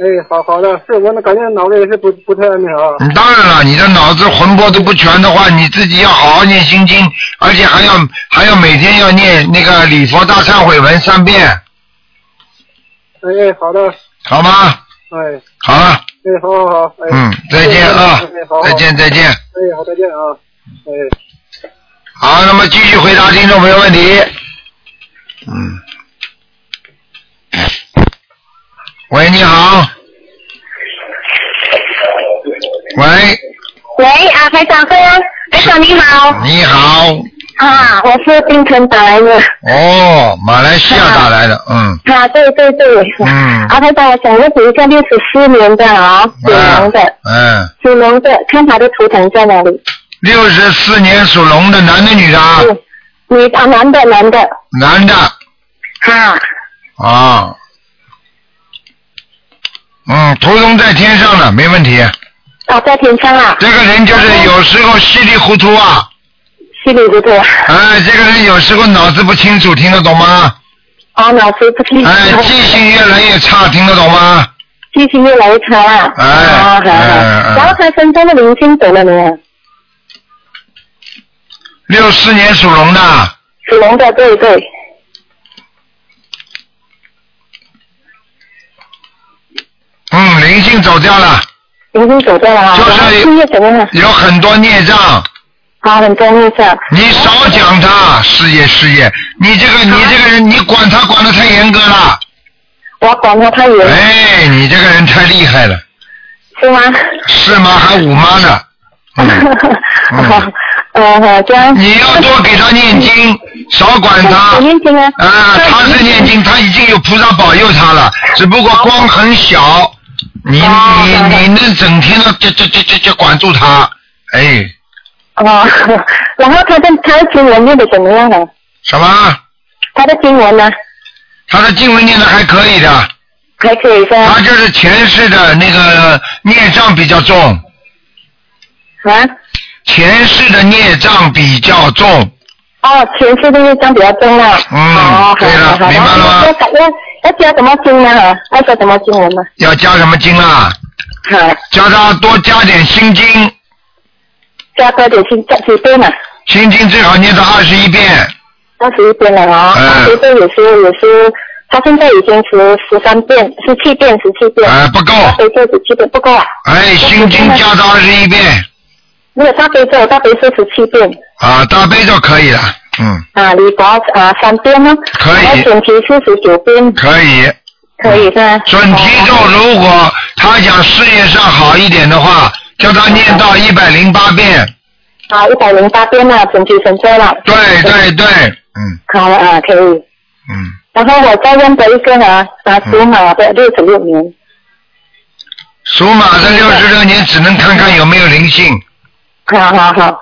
[SPEAKER 6] 哎，好好的，是我那感觉脑子也是不不太那啥，
[SPEAKER 1] 你当然了，你的脑子魂魄都不全的话，你自己要好好念心经，而且还要还要每天要念那个礼佛大忏悔文三遍，
[SPEAKER 6] 哎哎，好的，
[SPEAKER 1] 好吗？
[SPEAKER 6] 哎
[SPEAKER 1] 好了，
[SPEAKER 6] 哎，好好好，哎，
[SPEAKER 1] 嗯，再见啊
[SPEAKER 6] 哎好，好
[SPEAKER 1] 再见再见。
[SPEAKER 6] 哎，好，再见啊，哎。
[SPEAKER 1] 好，那么继续回答听众朋友问题。嗯。喂，你好。喂，
[SPEAKER 5] 喂啊，台长哥，台长你好
[SPEAKER 1] 你好。
[SPEAKER 5] 啊，我是冰城打来的
[SPEAKER 1] 哦，马来西亚打来的，嗯
[SPEAKER 5] 啊，对对对，
[SPEAKER 1] 嗯
[SPEAKER 5] 啊，台长，我想问你一下，六十四年的啊，属龙的，
[SPEAKER 1] 嗯，
[SPEAKER 5] 属龙的，看他的图腾在哪里？
[SPEAKER 1] 六十四年属龙的，男的女的啊？
[SPEAKER 5] 嗯，你啊，男的男的，
[SPEAKER 1] 男的
[SPEAKER 5] 啊，
[SPEAKER 1] 啊。嗯，头龙在天上了，没问题。
[SPEAKER 5] 啊，在天上啊，
[SPEAKER 1] 这个人就是有时候稀里糊涂啊。
[SPEAKER 5] 稀里糊涂，啊
[SPEAKER 1] 哎，这个人有时候脑子不清楚，听得懂吗？
[SPEAKER 5] 啊，脑子不清楚，
[SPEAKER 1] 哎，记性越来越差，听得懂吗？
[SPEAKER 5] 记性越来越差啊，
[SPEAKER 1] 哎
[SPEAKER 5] 啊，好好
[SPEAKER 1] 哎哎
[SPEAKER 5] 然后他身上的灵性走了没啊有？
[SPEAKER 1] 六四年属龙的，
[SPEAKER 5] 属龙的，对对，
[SPEAKER 1] 嗯，灵性走掉了，
[SPEAKER 5] 灵性走掉了啊，
[SPEAKER 1] 就是
[SPEAKER 5] 然后事业怎么样？
[SPEAKER 1] 有很多孽障，
[SPEAKER 5] 啊，很重要是。
[SPEAKER 1] 你少讲他，事业事业，你这个你这个人，你管他管得太严格了，
[SPEAKER 5] 我管他太远、
[SPEAKER 1] 哎，你这个人太厉害了，
[SPEAKER 5] 是 吗？
[SPEAKER 1] 是吗？还五 妈呢，嗯，嗯
[SPEAKER 5] 呃，这样。
[SPEAKER 1] 你要多给他念经，少管他
[SPEAKER 5] 我。念经啊。
[SPEAKER 1] 啊，他是念经，他已经有菩萨保佑他了，只不过光很小，你
[SPEAKER 5] 哦
[SPEAKER 1] 你
[SPEAKER 5] 明白
[SPEAKER 1] 你能整天的就就就就就管住他，哎，
[SPEAKER 5] 哦， 然后他的他的经文念的怎么样了？
[SPEAKER 1] 什么？
[SPEAKER 5] 他的经文呢？
[SPEAKER 1] 他的经文念的还可以的，
[SPEAKER 5] 还可以是吧
[SPEAKER 1] 他？就是前世的那个孽障比较重，
[SPEAKER 5] 啊？
[SPEAKER 1] 前世的孽障比较重，
[SPEAKER 5] 哦，前世的业障比较重了。
[SPEAKER 1] 嗯
[SPEAKER 5] 哦，
[SPEAKER 1] 对
[SPEAKER 5] 好
[SPEAKER 1] 了
[SPEAKER 5] 好好。
[SPEAKER 1] 明白了吗
[SPEAKER 5] 然后要改要要加什么经呢？要加什么经文呢？啊
[SPEAKER 1] 要加什么经啊？
[SPEAKER 5] 好，
[SPEAKER 1] 叫他多加点心经，
[SPEAKER 5] 加多点经，加几遍呢？
[SPEAKER 1] 心经最好念到二十一遍，
[SPEAKER 5] 二十一遍了啊、
[SPEAKER 1] 嗯
[SPEAKER 5] 二十一遍也是也是，他现在已经十十三遍，十七遍，十七遍。
[SPEAKER 1] 哎，不够，
[SPEAKER 5] 大悲咒十七遍不够啊，
[SPEAKER 1] 哎，心经加到二十一遍，
[SPEAKER 5] 没有大悲咒，大悲咒十七遍
[SPEAKER 1] 啊，大悲咒可以了，嗯，
[SPEAKER 5] 啊，礼佛啊三遍呢，
[SPEAKER 1] 可以
[SPEAKER 5] 然后准提四十九遍，
[SPEAKER 1] 可以。嗯
[SPEAKER 5] 可以是吧？
[SPEAKER 1] 准提咒如果他想事业上好一点的话，叫他念到一百零八遍。
[SPEAKER 5] 啊，一百零八遍了，准提神咒了，
[SPEAKER 1] 对对对，嗯
[SPEAKER 5] 好了啊，可以。
[SPEAKER 1] 嗯，
[SPEAKER 5] 然后我再问的一个呢，啊，属马的六十六年，
[SPEAKER 1] 属马的六十六年只能看看有没有灵性，
[SPEAKER 5] 好好好。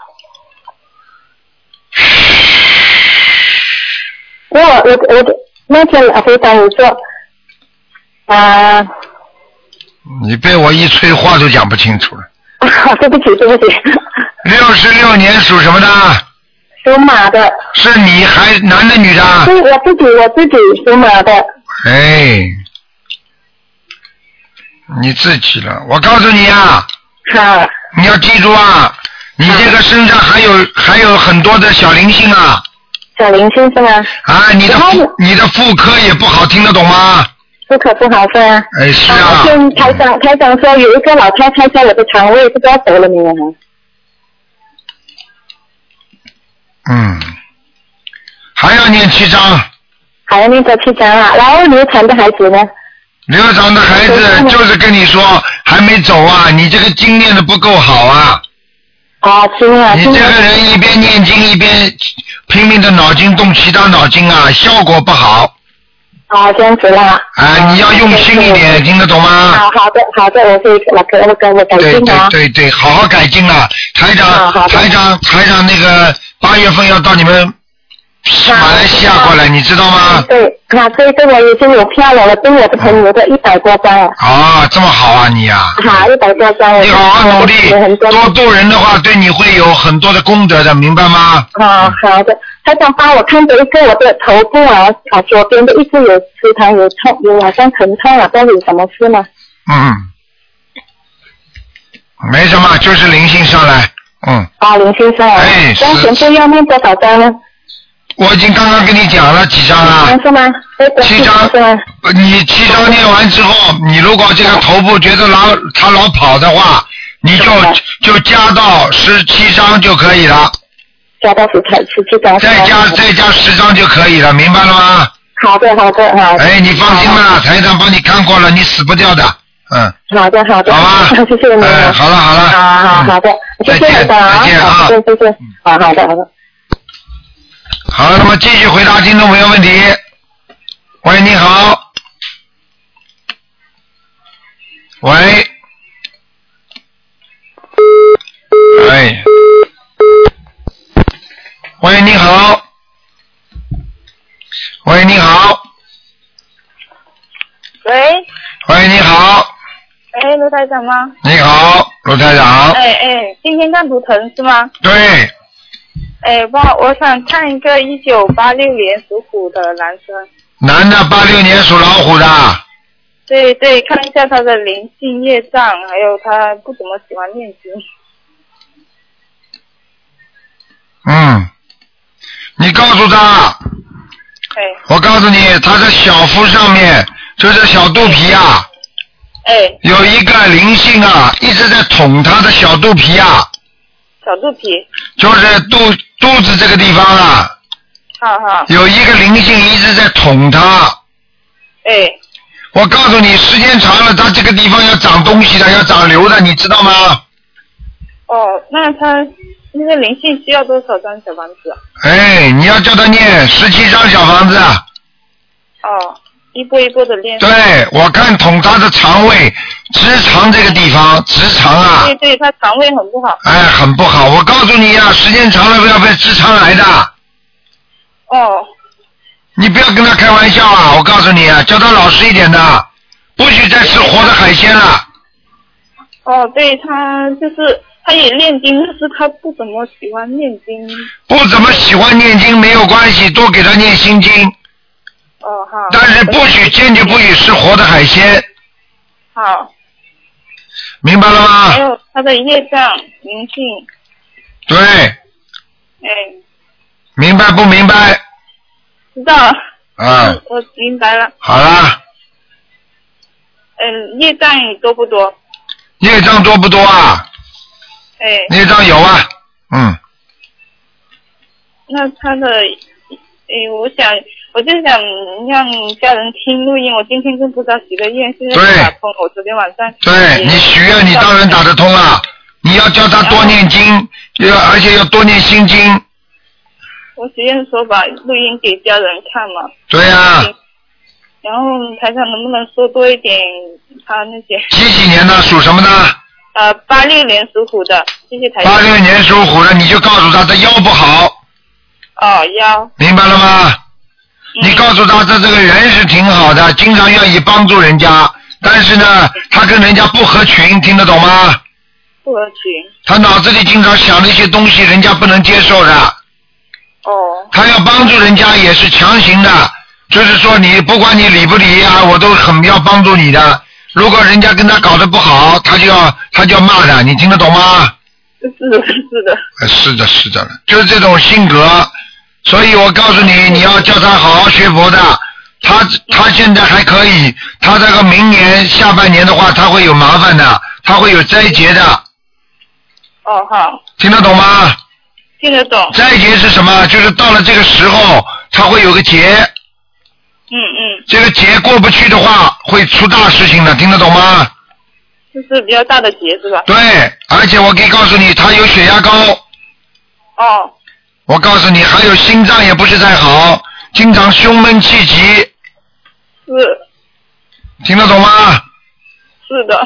[SPEAKER 5] 因为我我我那天啊回答你说，啊，
[SPEAKER 1] 你被我一催话都讲不清楚了。
[SPEAKER 5] 啊对不起对不起，
[SPEAKER 1] 六十六年属什么的？
[SPEAKER 5] 属马的，
[SPEAKER 1] 是你还男的女的？
[SPEAKER 5] 对我自己我自己属马的，
[SPEAKER 1] 哎，你自己了。我告诉你啊，
[SPEAKER 5] 哈、
[SPEAKER 1] 你要记住啊，你这个身上还有还有很多的小灵性啊。
[SPEAKER 5] 小林先生啊，
[SPEAKER 1] 啊，你的
[SPEAKER 5] 然后呢
[SPEAKER 1] 妇你的妇科也不好，听得懂吗？
[SPEAKER 5] 不可不好分啊。
[SPEAKER 1] 哎，是啊
[SPEAKER 5] 啊，，跟台长台长说有一个老太太在我的肠胃，不知道走了没有啊？
[SPEAKER 1] 嗯，还要念七章。
[SPEAKER 5] 还有那个去长啊，然后流产的孩子呢？
[SPEAKER 1] 刘长的孩子
[SPEAKER 5] 对
[SPEAKER 1] 就是跟你说还没走啊，你这个经念的不够好啊，
[SPEAKER 7] 啊，师傅啊，
[SPEAKER 1] 你
[SPEAKER 7] 今
[SPEAKER 1] 这
[SPEAKER 7] 天
[SPEAKER 1] 个人一边念经一边拼命的脑筋动其他脑筋啊，效果不好
[SPEAKER 7] 啊，这样子啦。
[SPEAKER 1] 啊！你要用心一点，听得懂吗？
[SPEAKER 7] 好啊好的，好的，我会我跟我跟我改
[SPEAKER 1] 对
[SPEAKER 7] 进
[SPEAKER 1] 对
[SPEAKER 7] 啊。
[SPEAKER 1] 对对，好好改进了，台
[SPEAKER 7] 啊
[SPEAKER 1] 长
[SPEAKER 7] 好的
[SPEAKER 1] 台长台长，那个八月份要到你们马来西亚过来，你知道吗？
[SPEAKER 7] 对，那这个我已经有票了，我订我的朋友的一百多张了，
[SPEAKER 1] 啊，这么好啊你呀、
[SPEAKER 7] 好，一百多张了。
[SPEAKER 1] 你好好努力
[SPEAKER 7] 我很，多
[SPEAKER 1] 多度人的话，对你会有很多的功德的，明白吗？
[SPEAKER 7] 好好的，他想帮我看着一个我的头部啊啊左边的一直有时常有痛，有好像疼痛啊，到底有什么事吗？
[SPEAKER 1] 嗯，没什么，就是灵性上来。嗯，
[SPEAKER 7] 啊，林先生啊，
[SPEAKER 1] 哎
[SPEAKER 7] 这样
[SPEAKER 1] 是
[SPEAKER 7] 全部要念多少张呢？
[SPEAKER 1] 我已经刚刚跟你讲了几张了。
[SPEAKER 7] 是吗？哎不
[SPEAKER 1] 七
[SPEAKER 7] 是
[SPEAKER 1] 张
[SPEAKER 7] 是吗？
[SPEAKER 1] 呃你七张念完之后，你如果这个头部觉得老他老跑的话，你就就加到十七张就可以了，
[SPEAKER 7] 加到十七十七张是吗。
[SPEAKER 1] 再加再加十张就可以了，明白了吗？
[SPEAKER 7] 好的，好的，好的，
[SPEAKER 1] 哎，你放心吧，台长帮你看过了，你死不掉的。嗯，
[SPEAKER 7] 好的，好的，
[SPEAKER 1] 好吧
[SPEAKER 7] 谢谢你啊。
[SPEAKER 1] 哎，好了好了，嗯
[SPEAKER 7] 好好好的，谢谢你的啊
[SPEAKER 1] 再见再见，啊
[SPEAKER 7] 好谢谢，谢谢，好好的好的。
[SPEAKER 1] 好了，那么继续回答听众朋友问题。喂，你好。喂。哎。喂，你好。喂，你好。
[SPEAKER 8] 喂，
[SPEAKER 1] 喂，你好。
[SPEAKER 8] 哎，卢台长吗？
[SPEAKER 1] 你好，卢台长。
[SPEAKER 8] 哎哎，今天看图腾是吗？
[SPEAKER 1] 对，
[SPEAKER 8] 哎，帮我我想看一个一九八六年属虎的男生。
[SPEAKER 1] 男的，八六年属老虎的。
[SPEAKER 8] 对对，看一下他的灵性业障，还有他不怎么喜欢念经。
[SPEAKER 1] 嗯。你告诉他，
[SPEAKER 8] 哎
[SPEAKER 1] 我告诉你，他的小腹上面就是小肚皮啊，
[SPEAKER 8] 哎，
[SPEAKER 1] 有一个灵性啊，一直在捅他的小肚皮啊，
[SPEAKER 8] 小肚皮，
[SPEAKER 1] 就是肚肚子这个地方啊，
[SPEAKER 8] 哈哈，
[SPEAKER 1] 有一个灵性一直在捅他。
[SPEAKER 8] 哎
[SPEAKER 1] 我告诉你，时间长了，他这个地方要长东西的，要长瘤的，你知道吗？
[SPEAKER 8] 哦，那他那个灵性需要多少张小房子啊？
[SPEAKER 1] 哎，你要叫他念十七张小房子。啊
[SPEAKER 8] 哦，一波一波的练。
[SPEAKER 1] 对，我看捅他的肠胃、直肠这个地方，直肠啊
[SPEAKER 8] 对，对，他肠胃很不好。
[SPEAKER 1] 哎，很不好。我告诉你啊，时间长了不要被直肠癌的。
[SPEAKER 8] 哦，
[SPEAKER 1] 你不要跟他开玩笑啊！我告诉你啊，叫他老实一点的，不许再吃活的海鲜了。
[SPEAKER 8] 哦，对他就是他也念经，但是他不怎么喜欢念经。
[SPEAKER 1] 不怎么喜欢念经没有关系，多给他念心经，
[SPEAKER 8] 哦，好。
[SPEAKER 1] 但是不许坚决不许吃活的海鲜，
[SPEAKER 8] 好，
[SPEAKER 1] 明白了
[SPEAKER 8] 还
[SPEAKER 1] 吗？
[SPEAKER 8] 有他的业障、灵性，
[SPEAKER 1] 对，
[SPEAKER 8] 哎，
[SPEAKER 1] 明白不明白？
[SPEAKER 8] 知道了，
[SPEAKER 1] 啊，
[SPEAKER 8] 我明白了。
[SPEAKER 1] 好啦，
[SPEAKER 8] 嗯，业障多不多？
[SPEAKER 1] 业障多不多啊？
[SPEAKER 8] 哎，
[SPEAKER 1] 业障有啊，嗯，
[SPEAKER 8] 那他的，哎，我想，我就想让家人听录音。我今天跟菩萨许个愿，现在
[SPEAKER 1] 对
[SPEAKER 8] 没打通。我昨天晚上
[SPEAKER 1] 对
[SPEAKER 8] 也
[SPEAKER 1] 你许愿，你当然打得通啊。你要叫他多念经，要而且要多念心经，
[SPEAKER 8] 我许愿说把录音给家人看嘛，
[SPEAKER 1] 对呀、
[SPEAKER 8] 然后台上能不能说多一点他那些？
[SPEAKER 1] 几几年的属什么的？
[SPEAKER 8] 呃，八六年属虎的，谢谢台
[SPEAKER 1] 八
[SPEAKER 8] 长。
[SPEAKER 1] 六年属虎的，你就告诉他他腰不好，
[SPEAKER 8] 哦，幺。
[SPEAKER 1] 明白了吗？
[SPEAKER 8] 嗯
[SPEAKER 1] 你告诉他他这个人是挺好的，经常愿意帮助人家，但是呢，他跟人家不合群，听得懂吗？
[SPEAKER 8] 不合群。
[SPEAKER 1] 他脑子里经常想的一些东西，人家不能接受的。
[SPEAKER 8] 哦
[SPEAKER 1] 他要帮助人家也是强行的，就是说你不管你理不理啊，我都很要帮助你的。如果人家跟他搞得不好，他就要他就要骂他，你听得懂吗？，
[SPEAKER 8] 是的，是的，
[SPEAKER 1] 呃是的，是的，就是这种性格，所以我告诉你，你要叫他好好学佛的。他他现在还可以，他这个明年下半年的话，他会有麻烦的，他会有灾劫的，
[SPEAKER 8] 哦好，
[SPEAKER 1] 听得懂吗？
[SPEAKER 8] 听得懂，
[SPEAKER 1] 灾劫是什么？就是到了这个时候，他会有个劫，
[SPEAKER 8] 嗯嗯，
[SPEAKER 1] 这个劫过不去的话，会出大事情的，听得懂吗？
[SPEAKER 8] 就是比较大的结是吧？
[SPEAKER 1] 对，而且我可以告诉你，他有血压高。
[SPEAKER 8] 哦，
[SPEAKER 1] 我告诉你，还有心脏也不是太好，经常胸闷气急，
[SPEAKER 8] 是
[SPEAKER 1] 听得懂吗？
[SPEAKER 8] 是的，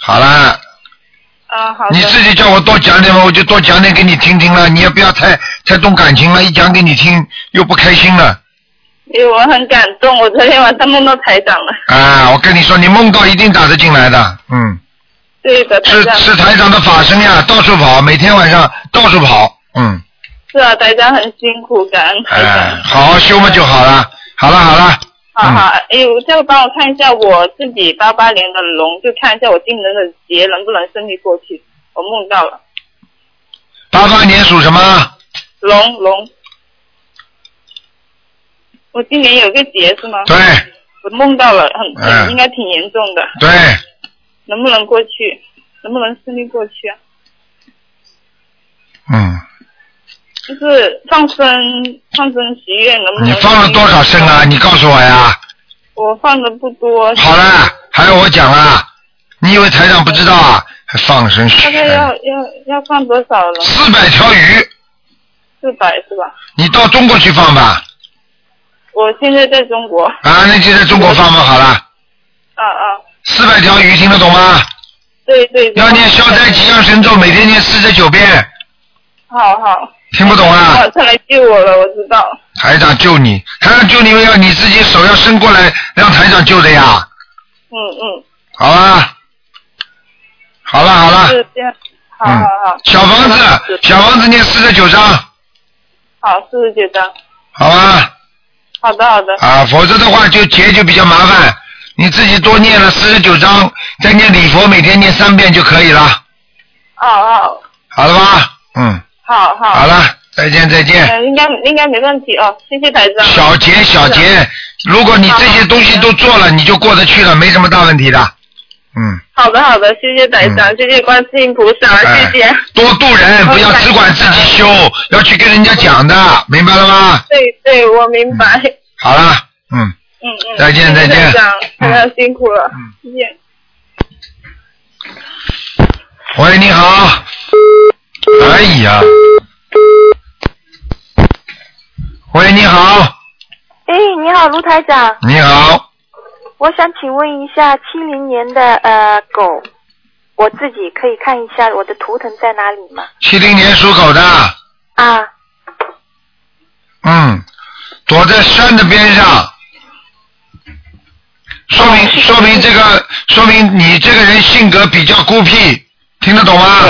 [SPEAKER 1] 好啦，
[SPEAKER 8] 啊，好的
[SPEAKER 1] 你，自己叫我多讲点嘛，我就多讲点给你听听了。你也不要太太动感情了，一讲给你听又不开心了。
[SPEAKER 8] 因为我很感动，我昨天晚上梦到台长了。
[SPEAKER 1] 啊，我跟你说，你梦到一定打得进来的，嗯，
[SPEAKER 8] 对的，台
[SPEAKER 1] 是
[SPEAKER 8] 长
[SPEAKER 1] 是台长的法身呀，到处跑，每天晚上到处跑，嗯，
[SPEAKER 8] 是啊，台长很辛苦，感恩台
[SPEAKER 1] 哎、
[SPEAKER 8] 长。
[SPEAKER 1] 好好修嘛就好了。好了好了，
[SPEAKER 8] 好好，
[SPEAKER 1] 嗯
[SPEAKER 8] 哎，我再帮我看一下我自己八八年的龙，就看一下我今年的劫能不能顺利过去。我梦到了
[SPEAKER 1] 八八年属什么？
[SPEAKER 8] 龙龙，我今年有个劫是吗？
[SPEAKER 1] 对
[SPEAKER 8] 我梦到了，很、
[SPEAKER 1] 嗯
[SPEAKER 8] 应该挺严重的，
[SPEAKER 1] 对，
[SPEAKER 8] 能不能过去？能不能顺利过去啊？
[SPEAKER 1] 嗯，
[SPEAKER 8] 就是放生，放生许愿能不能？
[SPEAKER 1] 你放了多少生啊？？你告诉我呀。
[SPEAKER 8] 我放的不多。
[SPEAKER 1] 好了，还要我讲啊？你以为台长不知道啊？还放生
[SPEAKER 8] 大概要要要放多少了？
[SPEAKER 1] 四百条鱼，
[SPEAKER 8] 四百是吧？
[SPEAKER 1] 你到中国去放吧。
[SPEAKER 8] 我现在在中国，
[SPEAKER 1] 啊，那就在中国放放好了。
[SPEAKER 8] 啊啊，
[SPEAKER 1] 四百条鱼听得懂吗？
[SPEAKER 8] 对对对。
[SPEAKER 1] 要念消灾吉祥神咒，每天念四十九遍，
[SPEAKER 8] 好好，
[SPEAKER 1] 听不懂啊
[SPEAKER 8] 好，？他来救我了，我知道。
[SPEAKER 1] 台长救你，台长救你要你自己手要伸过来，让台长救的呀。
[SPEAKER 8] 嗯嗯，
[SPEAKER 1] 好啊，好了好了，嗯
[SPEAKER 8] 是这样。嗯好好好，
[SPEAKER 1] 小房子，小房子念四十九章，
[SPEAKER 8] 好，四十九张。
[SPEAKER 1] 好吧？
[SPEAKER 8] 好的好的，
[SPEAKER 1] 啊，否则的话就结就比较麻烦。你自己多念了四十九章，再念礼佛，每天念三遍就可以了，
[SPEAKER 8] 哦哦，
[SPEAKER 1] 好了吧？嗯，
[SPEAKER 8] 好好。
[SPEAKER 1] 好了，再见再见。
[SPEAKER 8] 嗯，应该应该没问题哦，谢谢台长。
[SPEAKER 1] 小结小结，如果你这些东西都做了，你就过得去了，没什么大问题的。嗯，
[SPEAKER 8] 好的好的，谢谢台长，谢谢观世音菩萨，
[SPEAKER 1] 哎
[SPEAKER 8] 谢谢。
[SPEAKER 1] 多度人，不要只管自己修，要去跟人家讲的，明白了吗？
[SPEAKER 8] 对对，我明白。
[SPEAKER 1] 好了，嗯。
[SPEAKER 8] 嗯嗯。
[SPEAKER 1] 再见
[SPEAKER 8] 谢谢
[SPEAKER 1] 再见
[SPEAKER 8] 台长，台长辛苦了
[SPEAKER 1] 嗯，
[SPEAKER 8] 谢谢。
[SPEAKER 1] 喂，你好。哎呀。喂，你好，
[SPEAKER 9] 哎，你好，卢台长，
[SPEAKER 1] 你好，
[SPEAKER 9] 我想请问一下，七零年的呃狗，我自己可以看一下我的图腾在哪里吗？
[SPEAKER 1] 七零年属狗的，
[SPEAKER 9] 啊，
[SPEAKER 1] 嗯，躲在山的边上，说明说明这个说明你这个人性格比较孤僻，听得懂吗？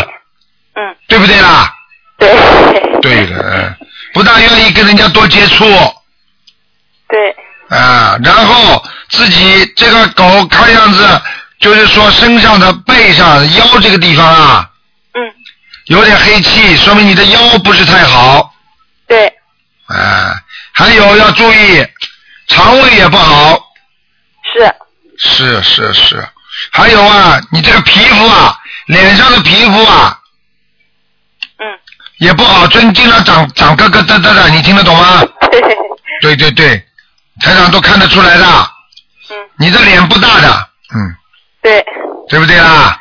[SPEAKER 9] 嗯，
[SPEAKER 1] 对不对啦？
[SPEAKER 9] 对
[SPEAKER 1] 对的，嗯不大愿意跟人家多接触，
[SPEAKER 9] 对，
[SPEAKER 1] 啊，然后自己这个狗看样子就是说身上的背上腰这个地方啊
[SPEAKER 9] 嗯
[SPEAKER 1] 有点黑气，说明你的腰不是太好
[SPEAKER 9] 对，
[SPEAKER 1] 啊。还有要注意，肠胃也不好，
[SPEAKER 9] 是，
[SPEAKER 1] 是是是。还有啊，你这个皮肤啊，脸上的皮肤啊
[SPEAKER 9] 嗯
[SPEAKER 1] 也不好，最近经常长长疙疙瘩瘩的，你听得 懂吗？
[SPEAKER 9] 对，
[SPEAKER 1] 对对对，台长都看得出来的。
[SPEAKER 9] 嗯。
[SPEAKER 1] 你的脸不大的，嗯，
[SPEAKER 9] 对
[SPEAKER 1] 对不对啦？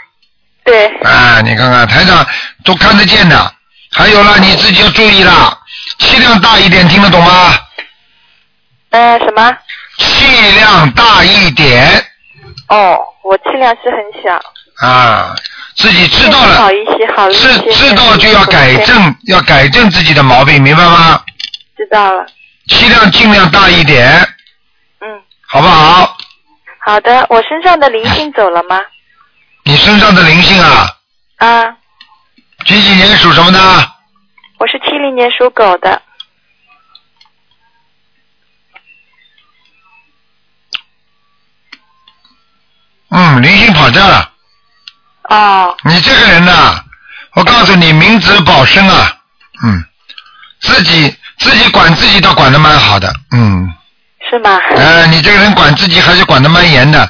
[SPEAKER 9] 对
[SPEAKER 1] 啊，你看看台长都看得见的。还有啦，你自己要注意啦，气量大一点，听得懂吗？
[SPEAKER 9] 呃什么？
[SPEAKER 1] 气量大一点
[SPEAKER 9] 哦，我气量是很小，
[SPEAKER 1] 啊，自己知道
[SPEAKER 9] 好
[SPEAKER 1] 了，
[SPEAKER 9] 一些，好一些
[SPEAKER 1] 知，知道就要改
[SPEAKER 9] 对，
[SPEAKER 1] 正，要改正自己的毛病，明白吗？
[SPEAKER 9] 知道了，
[SPEAKER 1] 气量尽量大一点，
[SPEAKER 9] 嗯，
[SPEAKER 1] 好不好？
[SPEAKER 9] 好的，我身上的灵性走了吗？
[SPEAKER 1] 你身上的灵性啊，
[SPEAKER 9] 啊，
[SPEAKER 1] 几几年属什么的？
[SPEAKER 9] 我是七零年属狗的，
[SPEAKER 1] 嗯，灵性跑这儿了。
[SPEAKER 9] 哦，
[SPEAKER 1] 你这个人呐、我告诉你，明哲保身啊，嗯，自己自己管自己倒管得蛮好的，嗯，
[SPEAKER 9] 是吗？
[SPEAKER 1] 呃，你这个人管自己还是管得蛮严的，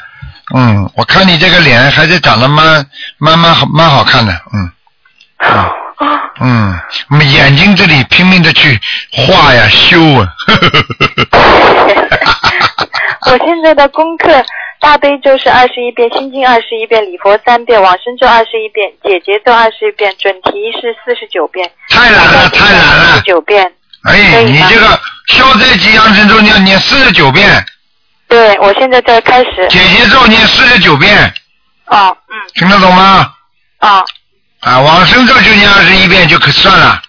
[SPEAKER 1] 嗯，我看你这个脸还是长得蛮蛮蛮好蛮好看的，嗯
[SPEAKER 9] 啊，
[SPEAKER 1] 嗯，我们眼睛这里拼命的去画呀修啊，呵呵呵呵呵
[SPEAKER 9] 我现在的功课大悲咒是二十一遍，心经二十一遍，礼佛三遍，往生咒二十一遍，解结咒二十一遍，准提是四十九遍，
[SPEAKER 1] 太难了，太难了。
[SPEAKER 9] 九遍。
[SPEAKER 1] 哎，
[SPEAKER 9] 可以
[SPEAKER 1] 你
[SPEAKER 9] 吗
[SPEAKER 1] 这个消灾吉祥神咒你要念四十九遍，
[SPEAKER 9] 对，我现在在开始。
[SPEAKER 1] 解结咒念四十九遍，
[SPEAKER 9] 哦，嗯，
[SPEAKER 1] 听得懂吗？
[SPEAKER 9] 哦，
[SPEAKER 1] 啊，往生咒就念二十一遍就可算了。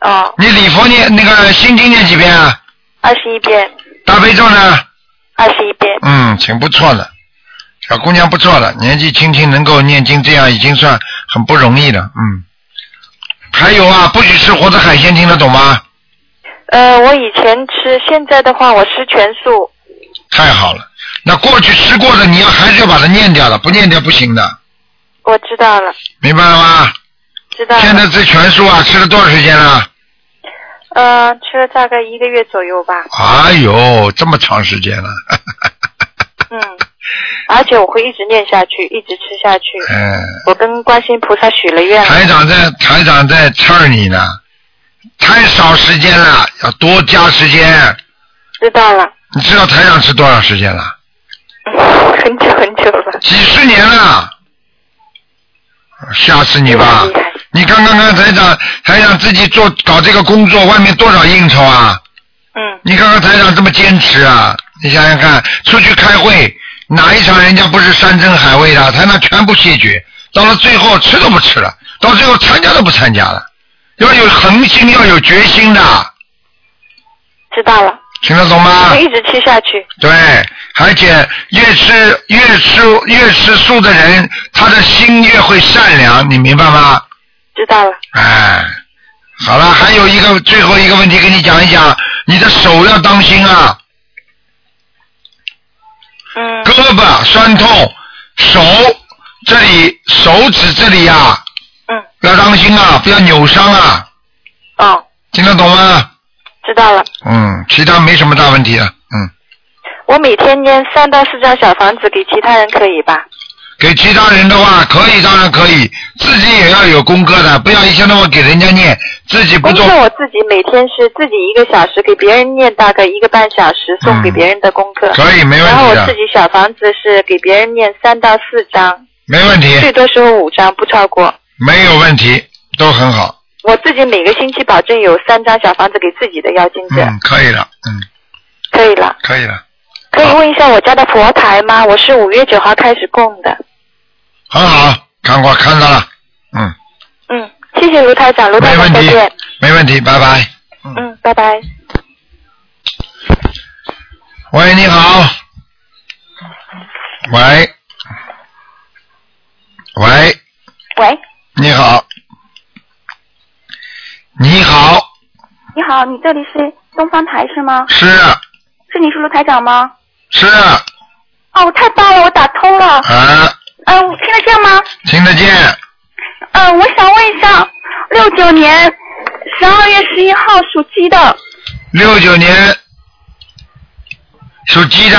[SPEAKER 9] 哦，
[SPEAKER 1] 你礼佛念那个心经念几遍啊？
[SPEAKER 9] 二十一遍，
[SPEAKER 1] 大悲咒呢？
[SPEAKER 9] 二十一遍。
[SPEAKER 1] 嗯，挺不错的，小姑娘不错的，年纪轻轻能够念经，这样已经算很不容易了。嗯，还有啊，不许吃活的海鲜，听得懂吗？
[SPEAKER 9] 呃，我以前吃，现在的话我吃全素。
[SPEAKER 1] 太好了，那过去吃过的，你要还是要把它念掉了，不念掉不行的，
[SPEAKER 9] 我知道了，
[SPEAKER 1] 明白了吗？
[SPEAKER 9] 知
[SPEAKER 3] 嗯
[SPEAKER 9] 道了。
[SPEAKER 1] 现在吃全素啊，吃了多少时间了？
[SPEAKER 9] 呃，吃了大概一个月左右吧。
[SPEAKER 1] 哎呦，这么长时间了，
[SPEAKER 9] 嗯，而且我会一直念下去，一直吃下去。
[SPEAKER 1] 嗯，
[SPEAKER 9] 我跟观世音菩萨许了愿了。
[SPEAKER 1] 台长在台长在刺儿你呢，太少时间了，要多加时间。
[SPEAKER 9] 知道了，
[SPEAKER 1] 你知道台长吃多少时间了？
[SPEAKER 9] 很久很久了。
[SPEAKER 1] 几十年了，吓死你吧
[SPEAKER 9] 厉害厉害！
[SPEAKER 1] 你看看看台长，台长自己做搞这个工作，外面多少应酬啊！
[SPEAKER 9] 嗯，
[SPEAKER 1] 你看看台长这么坚持啊！你想想看，出去开会，哪一场人家不是山珍海味的，台长全部谢绝，到了最后吃都不吃了，到最后参加都不参加了，要有恒心，要有决心的，
[SPEAKER 9] 知道了，
[SPEAKER 1] 听得懂吗？
[SPEAKER 9] 会一直吃下去。
[SPEAKER 1] 对，而且越吃越吃越吃素的人，他的心越会善良，你明白吗？
[SPEAKER 9] 知道了，
[SPEAKER 1] 哎，好了，还有一个最后一个问题跟你讲一讲，你的手要当心啊，
[SPEAKER 9] 嗯
[SPEAKER 1] 胳膊酸痛，手这里手指这里呀、啊，
[SPEAKER 9] 嗯，
[SPEAKER 1] 要当心啊，不要扭伤啊，
[SPEAKER 9] 哦，
[SPEAKER 1] 听得懂吗？
[SPEAKER 9] 知道了。
[SPEAKER 1] 嗯，其他没什么大问题了，嗯，
[SPEAKER 9] 我每天念三到四张小房子给其他人可以吧？
[SPEAKER 1] 给其他人的话，可以，当然可以，自己也要有功课的，不要一天到晚给人家念，自己不
[SPEAKER 9] 功
[SPEAKER 1] 做
[SPEAKER 9] 课。哎我自己每天是自己一个小时，给别人念大概一个半小时，送给别人的功课。
[SPEAKER 1] 嗯可以，没
[SPEAKER 9] 然后
[SPEAKER 1] 问题
[SPEAKER 9] 我自
[SPEAKER 1] 的，
[SPEAKER 9] 己小房子是给别人念三到四张，
[SPEAKER 1] 没问
[SPEAKER 9] 最
[SPEAKER 1] 题，
[SPEAKER 9] 多时候五张，不超过。
[SPEAKER 1] 没有问题，都很好。
[SPEAKER 9] 我自己每个星期保证有三张小房子给自己的要经者，
[SPEAKER 1] 嗯，可以了，嗯，
[SPEAKER 9] 可以了。
[SPEAKER 1] 可以了，
[SPEAKER 9] 可以问一下我家的佛台吗？我是五月九号开始供的。
[SPEAKER 1] 很好，看过看到了，嗯，
[SPEAKER 9] 嗯，谢谢卢台长，卢台
[SPEAKER 1] 没
[SPEAKER 9] 长
[SPEAKER 1] 问
[SPEAKER 9] 再
[SPEAKER 1] 题
[SPEAKER 9] 见。，
[SPEAKER 1] 没问题，拜拜。
[SPEAKER 9] 嗯，拜拜。
[SPEAKER 1] 喂，你好。喂，喂，
[SPEAKER 5] 喂，
[SPEAKER 1] 你好，你好，
[SPEAKER 5] 你好，你这里是东方台是吗？
[SPEAKER 1] 是
[SPEAKER 5] 是你是卢台长吗？
[SPEAKER 1] 是
[SPEAKER 5] 哦，太棒了，我打通了。
[SPEAKER 1] 啊，
[SPEAKER 5] 嗯、我听得见吗？
[SPEAKER 1] 听得见，
[SPEAKER 5] 嗯、我想问一下，六九年十二月十一号属鸡的，
[SPEAKER 1] 六九年哎属鸡的，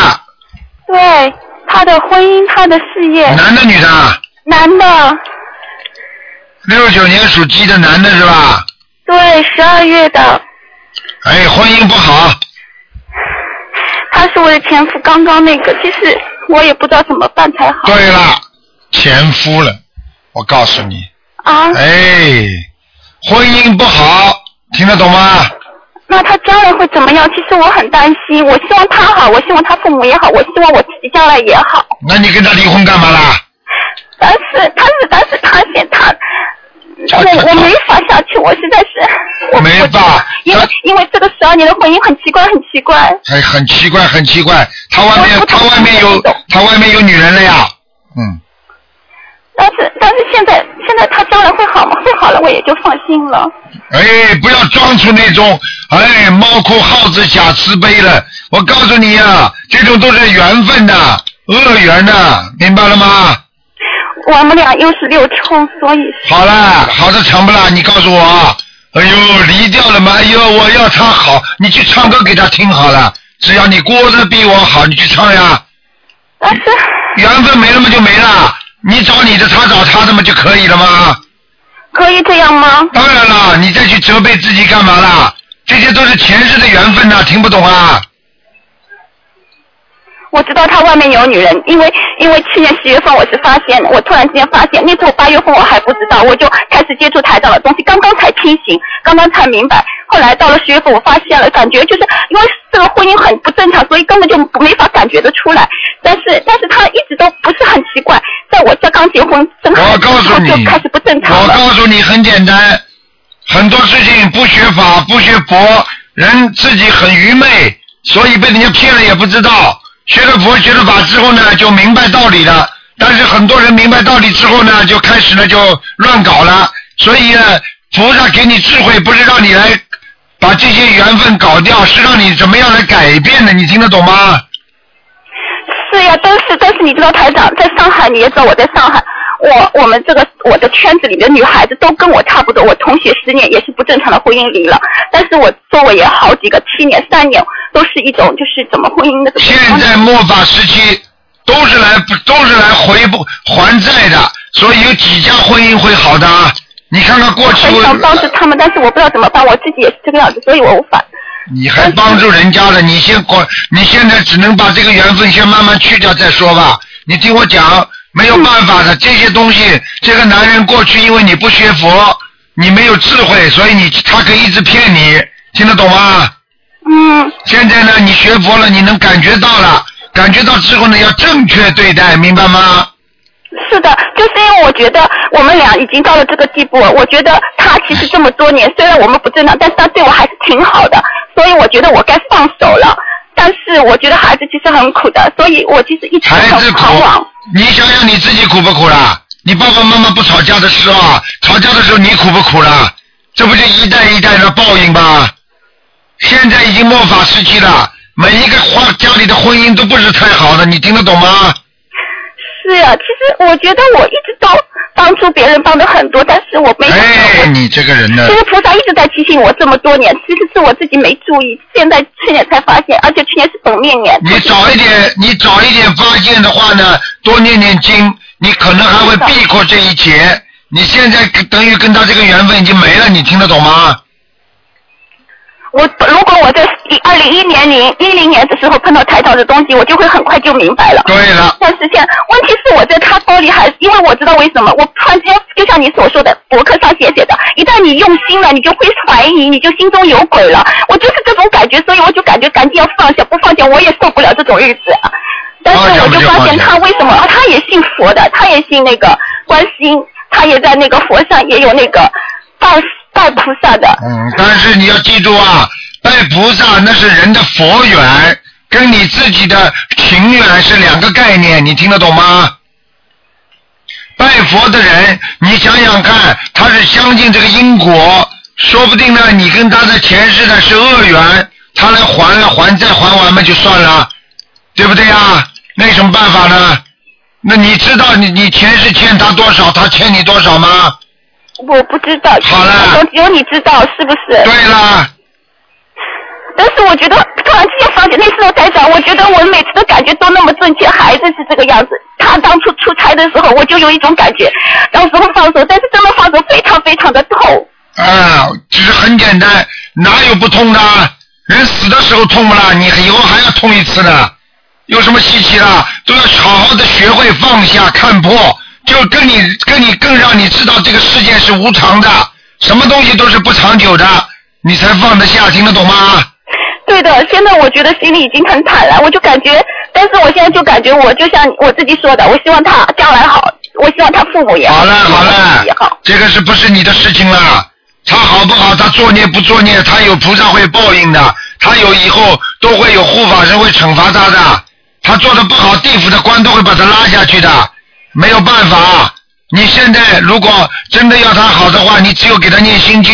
[SPEAKER 5] 对，他的婚姻，他的事业，
[SPEAKER 1] 男的女的啊？
[SPEAKER 5] 男的，
[SPEAKER 1] 六九年属鸡的男的是吧？
[SPEAKER 5] 对，十二月的，
[SPEAKER 1] 哎，婚姻不好，
[SPEAKER 5] 他是我的前夫，刚刚那个，其实我也不知道怎么办才好
[SPEAKER 1] 对了，前夫了，我告诉你，
[SPEAKER 5] 啊。
[SPEAKER 1] 哎，婚姻不好，听得懂吗？
[SPEAKER 5] 那他将来会怎么样？其实我很担心，我希望他好，我希望他父母也好，我希望我自己将来也好。
[SPEAKER 1] 那你跟他离婚干嘛啦？
[SPEAKER 5] 但是，但是，但是他现他，
[SPEAKER 1] 吵
[SPEAKER 5] 我
[SPEAKER 1] 吵
[SPEAKER 5] 我
[SPEAKER 1] 吵
[SPEAKER 5] 没法下去，我实在是，我
[SPEAKER 1] 没
[SPEAKER 5] 我
[SPEAKER 1] 法
[SPEAKER 5] 因为因为这个十二年的婚姻很奇怪，很奇怪。
[SPEAKER 1] 哎，很奇怪，很奇怪，他外面
[SPEAKER 5] 我不
[SPEAKER 1] 他
[SPEAKER 5] 懂
[SPEAKER 1] 外面
[SPEAKER 5] 我
[SPEAKER 1] 有
[SPEAKER 5] 不懂
[SPEAKER 1] 他外面有女人了呀？嗯，
[SPEAKER 5] 但是，但是现在现在他将来会好吗？会好了，我也就放心了。
[SPEAKER 1] 哎，不要装出那种哎猫哭耗子假慈悲了，我告诉你呀、这种都是缘分呐，恶缘呐，明白了吗？
[SPEAKER 5] 我们俩又是六冲，所以
[SPEAKER 1] 好啦，好的成不啦？你告诉我啊。哎呦，离掉了吗？哎呦，我要他好，你去唱歌给他听好了。只要你过得比我好，你去唱呀。
[SPEAKER 5] 但啊是
[SPEAKER 1] 缘分没了嘛就没了，你找你的，他找他的嘛就可以了吗？
[SPEAKER 5] 可以这样吗？
[SPEAKER 1] 当然啦，你再去责备自己干嘛啦？这些都是前世的缘分呐、听不懂啊？
[SPEAKER 5] 我知道他外面有女人，因为因为去年十月份我是发现，我突然之间发现，那时候八月份我还不知道，我就开始接触台长的东西，刚刚才清醒，刚刚才明白。后来到了十月份，我发现了，感觉就是因为这个婚姻很不正常，所以根本就不没法感觉得出来。但是但是他一直都不是很奇怪，在我这刚结婚生孩子之后就开始不正常
[SPEAKER 1] 我
[SPEAKER 5] 了。
[SPEAKER 1] 告诉你，很简单，很多事情不学法，不学佛，人自己很愚昧，所以被人家骗了也不知道。学了佛，学了法之后呢，就明白道理了。但是很多人明白道理之后呢，就开始呢就乱搞了。所以呢，菩萨给你智慧，不是让你来把这些缘分搞掉，是让你怎么样来改变的。你听得懂吗？
[SPEAKER 5] 是呀，但是但是你知道台长在上海，你也知道我在上海，我我们这个我的圈子里的女孩子都跟我差不多，我同学十年也是不正常的婚姻离了，但是我周围也好几个七年、三年都是一种就是怎么婚姻的怎么
[SPEAKER 1] 现在末法时期都是来都是来回不还债的，所以有几家婚姻会好的啊？你看看过去
[SPEAKER 5] 很，想帮助他们，但是我不知道怎么办，我自己也是这个样子，所以我无法。
[SPEAKER 1] 你还帮助人家了，你先管，你现在只能把这个缘分先慢慢去掉再说吧。你听我讲，没有办法的，这些东西，这个男人过去因为你不学佛，你没有智慧，所以你他可以一直骗你，听得懂吗？
[SPEAKER 5] 嗯。
[SPEAKER 1] 现在呢，你学佛了，你能感觉到了，感觉到之后呢，要正确对待，明白吗？
[SPEAKER 5] 是的，就是因为我觉得我们俩已经到了这个地步，我觉得他其实这么多年，虽然我们不正常，但是他对我还是挺好的，所以我觉得我该放手了。但是我觉得孩子其实很苦的，所以我其实一直
[SPEAKER 1] 哎
[SPEAKER 5] 很彷徨。
[SPEAKER 1] 你想想你自己苦不苦啦？你爸爸妈妈不吵架的时候啊，吵架的时候你苦不苦啦？这不就一代一代的报应吧？现在已经末法时期了，每一个花家里的婚姻都不是太好的，你听得懂吗？
[SPEAKER 5] 是啊，其实我觉得我一直都帮助别人帮的很多，但是我没想到我
[SPEAKER 1] 哎，你这个人呢
[SPEAKER 5] 其，实菩萨一直在提醒我这么多年，其实是我自己没注意，现在去年才发现，而且去年是本命年。
[SPEAKER 1] 你早一点，你早一点发现的话呢，多念念经，你可能还会避过这一劫。你现在跟等于跟他这个缘分已经没了，你听得懂吗？
[SPEAKER 5] 我如果我在一二零一年零一零年的时候碰到台长的东西，我就会很快就明白了。
[SPEAKER 1] 对了。
[SPEAKER 5] 但是现在问题是我在他包里还，因为我知道为什么，我突然之间就像你所说的博客上写写的，一旦你用心了，你就会怀疑，你就心中有鬼了。我就是这种感觉，所以我就感觉赶紧要放下，不放下我也受不了这种日子。啊但是我就发现他为什么，啊他也信佛的，他也信那个观世音，他也在那个佛上也有那个拜拜菩萨的。
[SPEAKER 1] 嗯，但是你要记住啊，拜菩萨那是人的佛缘，跟你自己的情缘是两个概念，你听得懂吗？拜佛的人，你想想看，他是相信这个因果，说不定呢，你跟他的前世呢是恶缘，他来还了还再还完嘛就算了，对不对呀？那有什么办法呢？那你知道你你前世欠他多少，他欠你多少吗？
[SPEAKER 5] 我不知道，
[SPEAKER 1] 好了，
[SPEAKER 5] 只有你知道是不是？
[SPEAKER 1] 对了。
[SPEAKER 5] 但是我觉得突然之间发现，那时候台长，我觉得我每次的感觉都那么正确，还是是这个样子。他当初出差的时候，我就有一种感觉，当时会放手，但是真的放手非常非常的痛。
[SPEAKER 1] 啊，其实很简单，哪有不痛的？人死的时候痛不啦？你以后还要痛一次呢，有什么稀奇的？都要好好的学会放下、看破，就跟你、跟你更让你知道这个世界是无常的，什么东西都是不长久的，你才放得下，听得懂吗？
[SPEAKER 5] 对的，现在我觉得心里已经很坦然，我就感觉，但是我现在就感觉，我就像我自己说的，我希望他将来好，我希望他父母也好。
[SPEAKER 1] 好了好了，这个是不是你的事情了？他好不好，他作孽不作孽，他有菩萨会报应的，他有以后都会有护法神会惩罚他的。他做的不好，地府的官都会把他拉下去的，没有办法。你现在如果真的要他好的话，你只有给他念心经，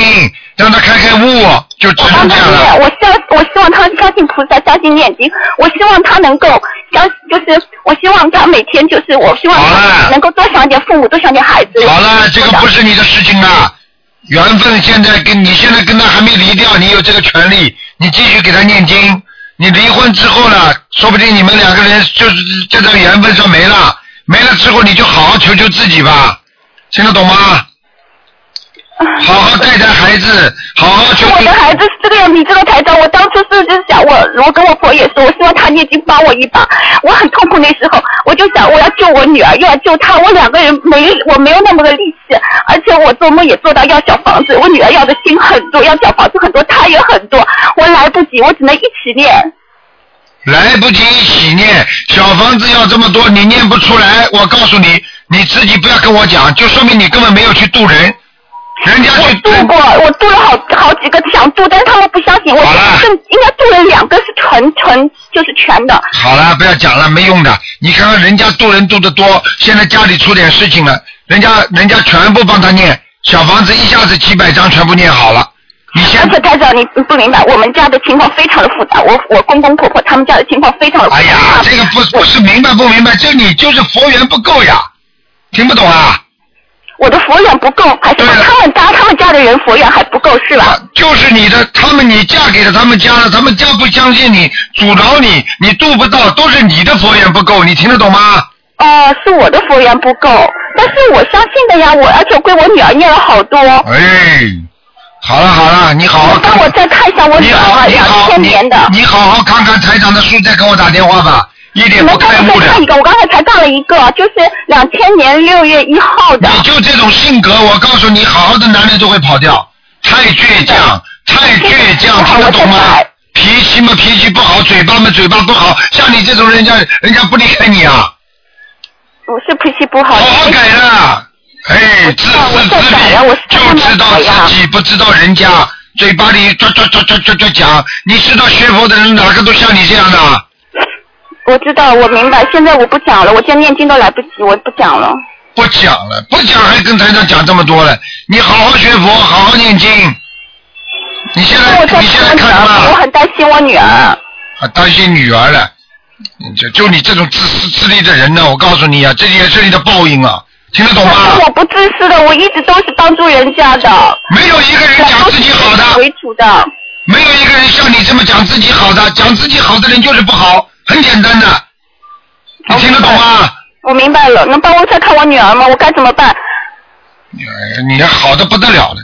[SPEAKER 1] 让他开开悟，就只能这样啊了。
[SPEAKER 5] 嗯我相我希望他相信菩萨，相信念经。我希望他能够相，就是我希望他每天就是，我希望他能够多想点父母，多想点孩子。
[SPEAKER 1] 好了，这个不是你的事情了。缘分现在跟你现在跟他还没离掉，你有这个权利，你继续给他念经。你离婚之后呢，说不定你们两个人就是这段缘分算没了，没了之后你就好好求求自己吧，听得懂吗？好好对爱的孩子，好好求
[SPEAKER 5] 我的孩子是这个样，你这个台长，我当初是就是想我，我跟我婆也说，我希望她念经帮我一把，我很痛苦那时候，我就想我要救我女儿，又要救她，我两个人没我没有那么个力气，而且我做梦也做到要小房子，我女儿要的心很多，要小房子很多，她也很多，我来不及，我只能一起念。
[SPEAKER 1] 来不及一起念，小房子要这么多，你念不出来，我告诉你，你自己不要跟我讲，就说明你根本没有去渡人。人家
[SPEAKER 5] 我度过，我度了好好几个想度，但是他们不相信。我更应该度了两个是纯纯就是全的。
[SPEAKER 1] 好了，不要讲了，没用的。你看看人家渡人渡得多，现在家里出点事情了，人家人家全部帮他念小房子，一下子几百张全部念好了。
[SPEAKER 5] 而且台长，你不明白，我们家的情况非常的复杂。我我公公婆婆他们家的情况非常的复杂。哎呀，
[SPEAKER 1] 这个不不是明白不明白，这你就是佛缘不够呀，听不懂啊？
[SPEAKER 5] 我的佛缘不够，还是他们家他们家的人佛缘还不够是吧？
[SPEAKER 1] 就是你的，他们你嫁给了他们家了，他们家不相信你，阻挠你，你度不到，都是你的佛缘不够，你听得懂吗？
[SPEAKER 5] 哦、是我的佛缘不够，但是我相信的呀，我而且我给我女儿念了好多。
[SPEAKER 1] 哎，好了好了，你好好看，
[SPEAKER 5] 帮我再看一下我女
[SPEAKER 1] 你好
[SPEAKER 5] 儿
[SPEAKER 1] 你
[SPEAKER 5] 两
[SPEAKER 1] 好
[SPEAKER 5] 千
[SPEAKER 1] 你
[SPEAKER 5] 年的。
[SPEAKER 1] 你好好看看台长的书，再给我打电话吧，一点不
[SPEAKER 5] 我刚
[SPEAKER 1] 开
[SPEAKER 5] 才
[SPEAKER 1] 悟
[SPEAKER 5] 再
[SPEAKER 1] 的
[SPEAKER 5] 看。一个，我刚才才看了一个，就是两千年六月一号的。
[SPEAKER 1] 你就这种性格，我告诉你，好好的男人都会跑掉，太倔强，太倔强，听得懂吗？脾气嘛，脾气不好，嘴巴嘛，嘴巴不好，像你这种人家，人家不离开你啊，
[SPEAKER 5] 我是脾气不好。好
[SPEAKER 1] 好改了。哎，自私自利，就知道自己，不知道人家，嘴巴里抓抓抓抓抓抓讲，你知道学佛的人哪个都像你这样的？啊
[SPEAKER 5] 我知道，我明白。现在我不讲了，我现在念经都来不及，我不讲了。
[SPEAKER 1] 不讲了，不讲还跟台长讲这么多了。你好好学佛，好好念经。你现在你现在看什么？我
[SPEAKER 5] 很担心我女儿。
[SPEAKER 1] 啊，担心女儿了。你就就你这种自私自利的人呢，我告诉你啊，这也是你的报应啊，听得懂吗？
[SPEAKER 5] 我不自私的，我一直都是帮助人家的。
[SPEAKER 1] 没有一个人
[SPEAKER 5] 讲自己
[SPEAKER 1] 好的。
[SPEAKER 5] 为主的。
[SPEAKER 1] 没有一个人像你这么讲自己好的，讲自己好的人就是不好，很简单的。你听得懂吗？
[SPEAKER 5] 我明白了，能帮我再看我女儿吗？我该怎么办？
[SPEAKER 1] 哎你好的不得了了，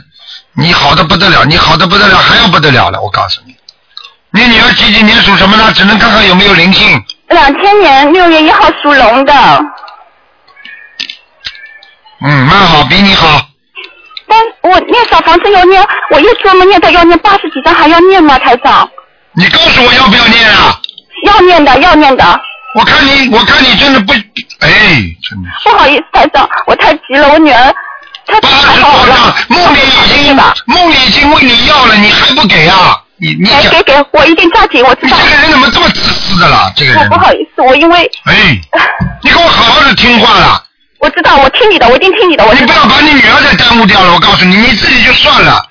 [SPEAKER 1] 你好的不得了，你好的不得了，还要不得了了，我告诉你。你女儿几几年属什么呢？只能看看有没有灵性。
[SPEAKER 5] 两千年六月一号属龙的，
[SPEAKER 1] 嗯，蛮好，比你好。
[SPEAKER 5] 但我念小房子要念，我又专门念到要念八十几张，还要念吗，台长？
[SPEAKER 1] 你告诉我要不要念啊？
[SPEAKER 5] 要念的，要念的。
[SPEAKER 1] 我看你，我看你真的不，哎，
[SPEAKER 5] 不好意思，台长，我太急了，我女儿她
[SPEAKER 1] 八十多张，梦里已经梦里已经问你要了，你还不给啊？你你
[SPEAKER 5] 给
[SPEAKER 1] 讲
[SPEAKER 5] 哎给给，我一定抓紧，我知道。
[SPEAKER 1] 这个人怎么这么自私的啦？这个
[SPEAKER 5] 我
[SPEAKER 1] 人
[SPEAKER 5] 不，好意思，我因为
[SPEAKER 1] 哎，你给我好好的听话啦。
[SPEAKER 5] 我知道，我听你的，我一定听你的，我知
[SPEAKER 1] 你
[SPEAKER 5] 道
[SPEAKER 1] 不。要把你女儿再耽误掉了，我告诉你，你自己就算了。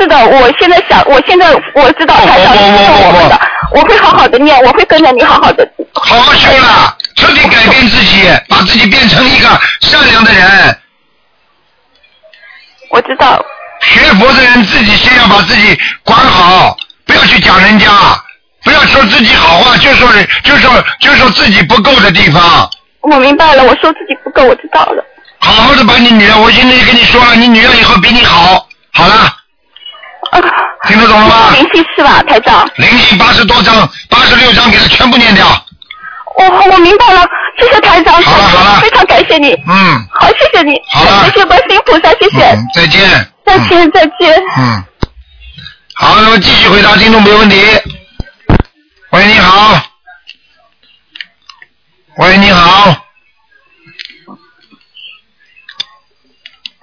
[SPEAKER 5] 是的，我现在想，我现在我知道台长是我
[SPEAKER 1] 哦
[SPEAKER 5] 们的，我会好好的念，我会跟着你好好的。
[SPEAKER 1] 好好修了，彻底改变自己，把自己变成一个善良的人。
[SPEAKER 5] 我知道。
[SPEAKER 1] 学佛的人自己先要把自己管好，不要去讲人家，不要说自己好话，就说人，就说就说自己不够的地方。
[SPEAKER 5] 我明白了，我说自己不够，我知道了。
[SPEAKER 1] 好好的把你女儿，我现在就跟你说了，你女儿以后比你好。好了，听得懂了吗？
[SPEAKER 5] 灵性是吧，台长？
[SPEAKER 1] 灵性八十多张，八十六张给他全部念掉。
[SPEAKER 5] 我哦我明白了，谢谢台长，非常感谢你，
[SPEAKER 1] 嗯，
[SPEAKER 5] 好谢谢你，谢谢观世音菩萨，谢谢，
[SPEAKER 1] 再见。
[SPEAKER 5] 再见再见。
[SPEAKER 1] 嗯，好，那么继续回答听众没问题。喂，你好。喂，你好。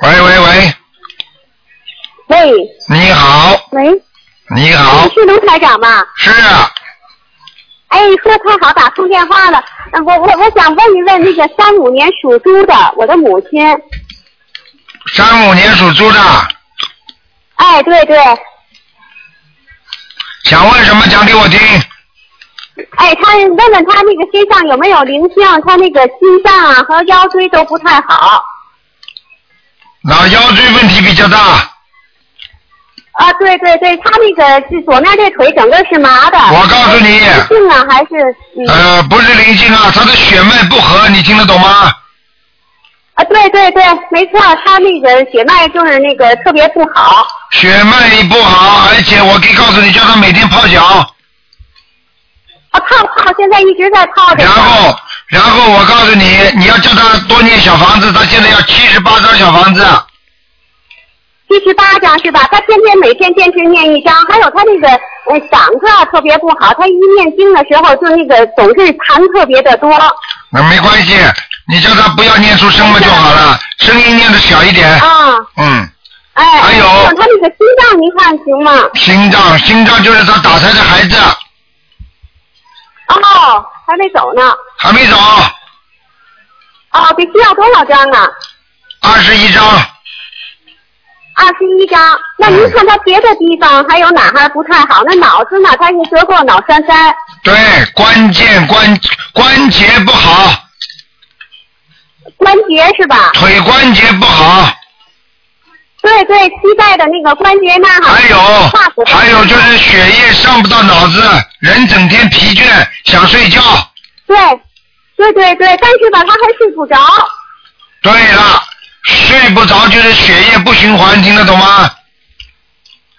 [SPEAKER 1] 喂喂喂，
[SPEAKER 10] 喂，
[SPEAKER 1] 你好，
[SPEAKER 10] 喂，
[SPEAKER 1] 你好，
[SPEAKER 10] 是卢台长吗？
[SPEAKER 1] 是啊，
[SPEAKER 10] 哎，说太好，打通电话了。呃我我我想问一问那个三五年属猪的，我的母亲。
[SPEAKER 1] 三五年属猪的，
[SPEAKER 10] 哎，对对，
[SPEAKER 1] 想问什么讲给我听。
[SPEAKER 10] 哎，她问问她那个身上有没有灵性，她那个心脏啊和腰椎都不太好。
[SPEAKER 1] 那腰椎问题比较大，
[SPEAKER 10] 啊，对对对，她那个是左面这腿整个是麻的。
[SPEAKER 1] 我告诉
[SPEAKER 10] 灵
[SPEAKER 1] 你
[SPEAKER 10] 性啊还是嗯
[SPEAKER 1] 呃，不是灵性啊，他的血脉不和，你听得懂吗？
[SPEAKER 10] 啊，对对对，没错，他那个血脉就是那个特别不好。
[SPEAKER 1] 血脉不好，而且我可以告诉你，叫他每天泡脚，
[SPEAKER 10] 啊，泡泡，现在一直在泡着。然后
[SPEAKER 1] 然后我告诉你，你要叫他多念小房子，他现在要七十八张小房子，
[SPEAKER 10] 七十八张是吧？他天天每天坚持念一张，还有他那个呃嗓子啊特别不好，他一念经的时候就那个总是痰特别的多。
[SPEAKER 1] 那没关系，你叫他不要念出声嘛就好了，声音念的小一点。
[SPEAKER 10] 啊，
[SPEAKER 1] 嗯，
[SPEAKER 10] 哎，还有他那个心脏，您看行吗？
[SPEAKER 1] 心脏心脏就是他打胎的孩子，
[SPEAKER 10] 哦，还没走呢。
[SPEAKER 1] 还没走。
[SPEAKER 10] 哦，得需要多少张啊？
[SPEAKER 1] 二十一张。
[SPEAKER 10] 二十一张。那您看他别的地方
[SPEAKER 1] 嗯
[SPEAKER 10] 还有哪还不太好？那脑子呢？他一得过脑栓塞。
[SPEAKER 1] 对，关键关关节不好，
[SPEAKER 10] 关节是吧？
[SPEAKER 1] 腿关节不好，
[SPEAKER 10] 对对，膝盖的那个关节那好。还有
[SPEAKER 1] 还有就是血液上不到脑子，人整天疲倦，想睡觉。
[SPEAKER 10] 对，对对对，但是吧，他还睡不着。
[SPEAKER 1] 对了，睡不着就是血液不循环，听得懂吗？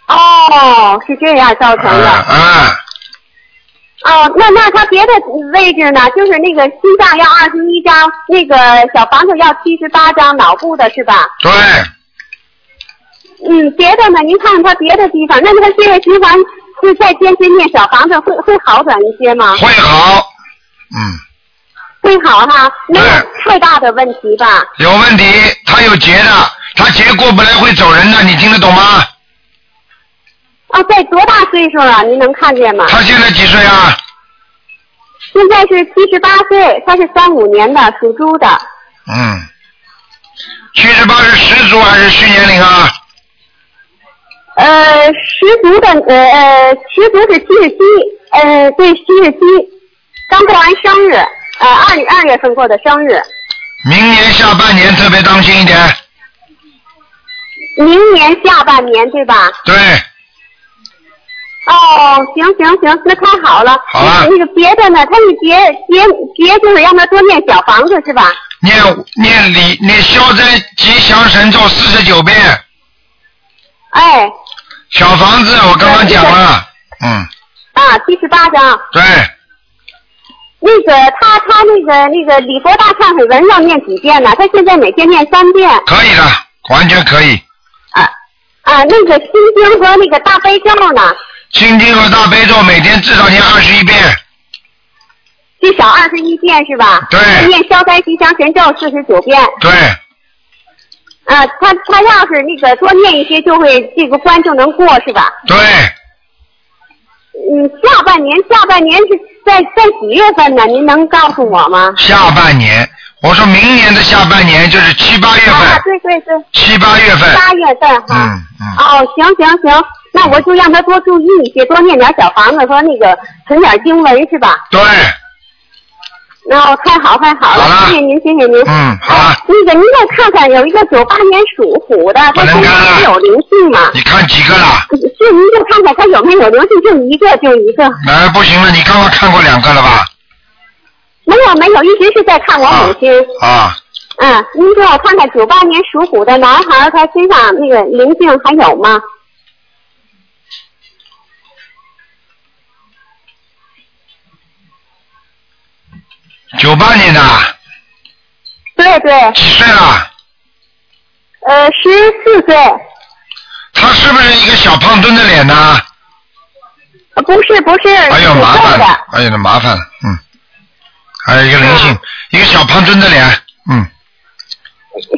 [SPEAKER 10] 哦，是这样造成的。
[SPEAKER 1] 啊，哎
[SPEAKER 10] 哦，那那他别的位置呢？就是那个心脏要二十一张，那个小房子要七十八张，脑部的是吧？
[SPEAKER 1] 对，
[SPEAKER 10] 嗯，别的呢？您看他别的地方，那他血液循环是再坚持念小房子，会会好转一些吗？
[SPEAKER 1] 会好，嗯
[SPEAKER 10] 会好哈，没有太大的问题吧？
[SPEAKER 1] 有问题，他有结的，他结过不来会走人的，你听得懂吗？
[SPEAKER 10] 啊，在多大岁数了？您能看见吗？
[SPEAKER 1] 他现在几岁啊？
[SPEAKER 10] 现在是七十八岁，他是三五年的，属猪的。
[SPEAKER 1] 嗯，七十八是实足还是虚年龄啊？
[SPEAKER 10] 呃，十足的，呃呃，十足是七十七，呃，对，七十七，刚过完生日，呃，二二月份过的生日。
[SPEAKER 1] 明年下半年特别当心一点。
[SPEAKER 10] 明年下半年对吧？
[SPEAKER 1] 对，
[SPEAKER 10] 哦，行行行，那太好了。好啊。那个别的呢，他一别别别就是让他多念小房子是吧？
[SPEAKER 1] 念念礼念消灾吉祥神咒四十九遍，
[SPEAKER 10] 哎，
[SPEAKER 1] 小房子我刚刚讲了，嗯，
[SPEAKER 10] 啊，七十八章。
[SPEAKER 1] 对，
[SPEAKER 10] 那个他他那个那个礼佛大忏悔文要念几遍呢？他现在每天念三遍。
[SPEAKER 1] 可以的，完全可以。
[SPEAKER 10] 啊，那个心经和那个大悲咒呢，
[SPEAKER 1] 心经和大悲咒每天至少念二十一遍，
[SPEAKER 10] 至少二十一遍是吧？
[SPEAKER 1] 对。
[SPEAKER 10] 念消灾吉祥神咒四十九遍。
[SPEAKER 1] 对，
[SPEAKER 10] 啊，他他要是那个多念一些，就会这个关就能过是吧？
[SPEAKER 1] 对，
[SPEAKER 10] 嗯，下半年下半年是在在几月份呢？您能告诉我吗？
[SPEAKER 1] 下半年，我说明年的下半年就是七八月份，
[SPEAKER 10] 啊，对对对。
[SPEAKER 1] 七八月份
[SPEAKER 10] 八月份哈。
[SPEAKER 1] 嗯
[SPEAKER 10] 哦，行行行，那我就让他多注意一些，多念点小房子和那个存点经文是吧？
[SPEAKER 1] 对，
[SPEAKER 10] 那、哦、太好太好了，谢谢您谢谢您。哎
[SPEAKER 1] 嗯，好了，
[SPEAKER 10] 那个您再看看，有一个九八年属虎的，他身上还有灵性吗？
[SPEAKER 1] 你看几个了？
[SPEAKER 10] 是您就看看他有没有灵性，就一个就一个，
[SPEAKER 1] 哎，不行了，你刚刚看过两个了吧？
[SPEAKER 10] 没有没有，一直是在看我母亲。
[SPEAKER 1] 啊，
[SPEAKER 10] 嗯，您给我看看九八年属虎的男孩儿，他身上那个灵性还有吗？
[SPEAKER 1] 九八年的，
[SPEAKER 10] 对对。
[SPEAKER 1] 几岁了？
[SPEAKER 10] 呃，十四岁。
[SPEAKER 1] 他是不是一个小胖墩的脸呢？
[SPEAKER 10] 呃不是不是，
[SPEAKER 1] 哎呦
[SPEAKER 10] 属
[SPEAKER 1] 麻
[SPEAKER 10] 狗
[SPEAKER 1] 烦
[SPEAKER 10] 的。
[SPEAKER 1] 了，哎呦那麻烦了，嗯，还有一个灵性，一个小胖墩的脸，嗯，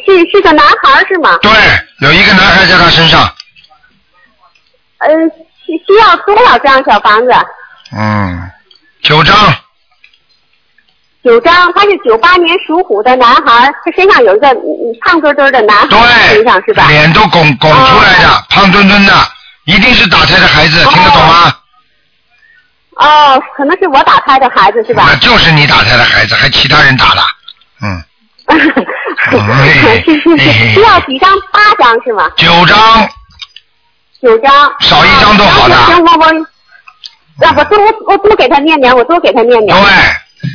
[SPEAKER 10] 是是个男孩儿是吗？
[SPEAKER 1] 对。有一个男孩在他身上，
[SPEAKER 10] 嗯，需需要多少张小房子？
[SPEAKER 1] 嗯，九张，
[SPEAKER 10] 九张。他是九八年属虎的男孩儿，他身上有一个嗯胖墩墩的男孩儿身上是吧？
[SPEAKER 1] 脸都拱拱出来的，胖墩墩的，一定是打胎的孩子，听得懂吗？
[SPEAKER 10] 哦，可能是我打胎的孩子是吧？
[SPEAKER 1] 那就是你打胎的孩子，还其他人打的，嗯，嗯
[SPEAKER 10] 是是是，需要几张？八张是吗？
[SPEAKER 1] 九张，
[SPEAKER 10] 九张。
[SPEAKER 1] 少一张都好的
[SPEAKER 10] 行行，我我，那我多我多给他念念，我多给他念念。
[SPEAKER 1] 对，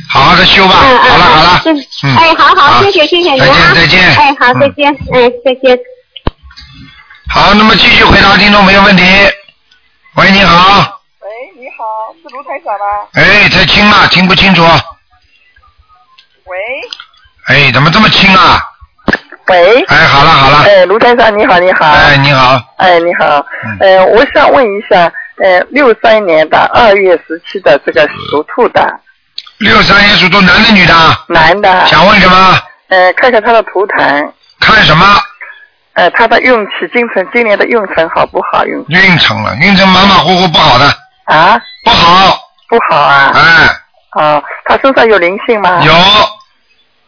[SPEAKER 1] 好好的修吧。
[SPEAKER 10] 嗯
[SPEAKER 1] 好了好了，
[SPEAKER 10] 嗯
[SPEAKER 1] 嗯
[SPEAKER 10] 哎，好好，
[SPEAKER 1] 好
[SPEAKER 10] 谢谢谢谢您
[SPEAKER 1] 再见
[SPEAKER 10] 啊，
[SPEAKER 1] 再见嗯
[SPEAKER 10] 哎，好，再见，哎，再见。
[SPEAKER 1] 好，那么继续回答听众朋友问题。喂，你好，
[SPEAKER 11] 喂，你好，是卢台长吗？
[SPEAKER 1] 哎，太轻了，听不清楚。
[SPEAKER 11] 喂，
[SPEAKER 1] 哎，怎么这么轻啊？
[SPEAKER 11] 喂，
[SPEAKER 1] 哎，好了好了，
[SPEAKER 11] 哎，卢台长，你好，你好，
[SPEAKER 1] 哎，你好，嗯
[SPEAKER 11] 哎，你好，呃，我想问一下，呃，六三年的二月十七的这个属兔的
[SPEAKER 1] 六三年属兔，男的女啊的？
[SPEAKER 11] 男的，
[SPEAKER 1] 想问什么？
[SPEAKER 11] 呃，看看他的图腾，
[SPEAKER 1] 看什么？
[SPEAKER 11] 呃，他的运气，今晨今年的运程好不好？运
[SPEAKER 1] 运程了，运程马马虎虎，不好的。
[SPEAKER 11] 啊？
[SPEAKER 1] 不好。
[SPEAKER 11] 不好啊？
[SPEAKER 1] 哎。
[SPEAKER 11] 啊，他身上有灵性吗？
[SPEAKER 1] 有。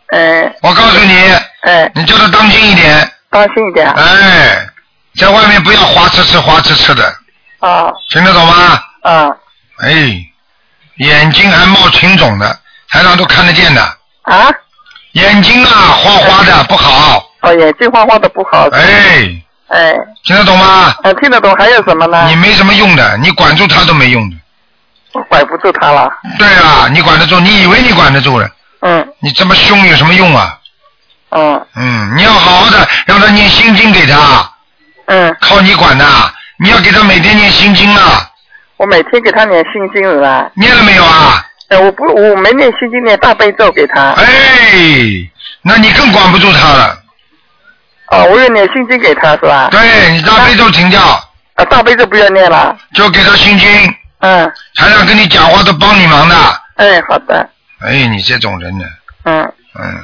[SPEAKER 11] 嗯。
[SPEAKER 1] 我告诉你。
[SPEAKER 11] 嗯。
[SPEAKER 1] 你叫他当心一点。
[SPEAKER 11] 当心一点。啊
[SPEAKER 1] 哎，在外面不要花痴痴、花痴痴的，
[SPEAKER 11] 啊
[SPEAKER 1] 听得懂吗？
[SPEAKER 11] 啊
[SPEAKER 1] 哎，眼睛还冒青肿的，台上都看得见的。
[SPEAKER 11] 啊！
[SPEAKER 1] 眼睛啊，花花的不好。
[SPEAKER 11] 哦，眼睛花花的不好。
[SPEAKER 1] 哎，
[SPEAKER 11] 哎，
[SPEAKER 1] 听得懂吗？
[SPEAKER 11] 呃，听得懂，还有什么呢？
[SPEAKER 1] 你没什么用的，你管住他都没用的。
[SPEAKER 11] 我管不住他了。
[SPEAKER 1] 对啊，你管得住，你以为你管得住了？
[SPEAKER 11] 嗯
[SPEAKER 1] 你这么凶有什么用啊？
[SPEAKER 11] 嗯
[SPEAKER 1] 嗯，你要好好的让他念心经给他。
[SPEAKER 11] 嗯。
[SPEAKER 1] 靠你管的，你要给他每天念心经啊。
[SPEAKER 11] 我每天给他念心经了啊。
[SPEAKER 1] 念了没有啊？
[SPEAKER 11] 哎，我不，我没念心经，念大悲咒给他。
[SPEAKER 1] 哎，那你更管不住他了。
[SPEAKER 11] 哦，我有念心经给他是吧？
[SPEAKER 1] 对你大悲咒停掉。
[SPEAKER 11] 啊，大悲咒不要念了。
[SPEAKER 1] 就给他心经。
[SPEAKER 11] 嗯。
[SPEAKER 1] 台长跟你讲话都帮你忙的。
[SPEAKER 11] 哎，好的，
[SPEAKER 1] 哎，你这种人呢，
[SPEAKER 11] 嗯
[SPEAKER 1] 嗯，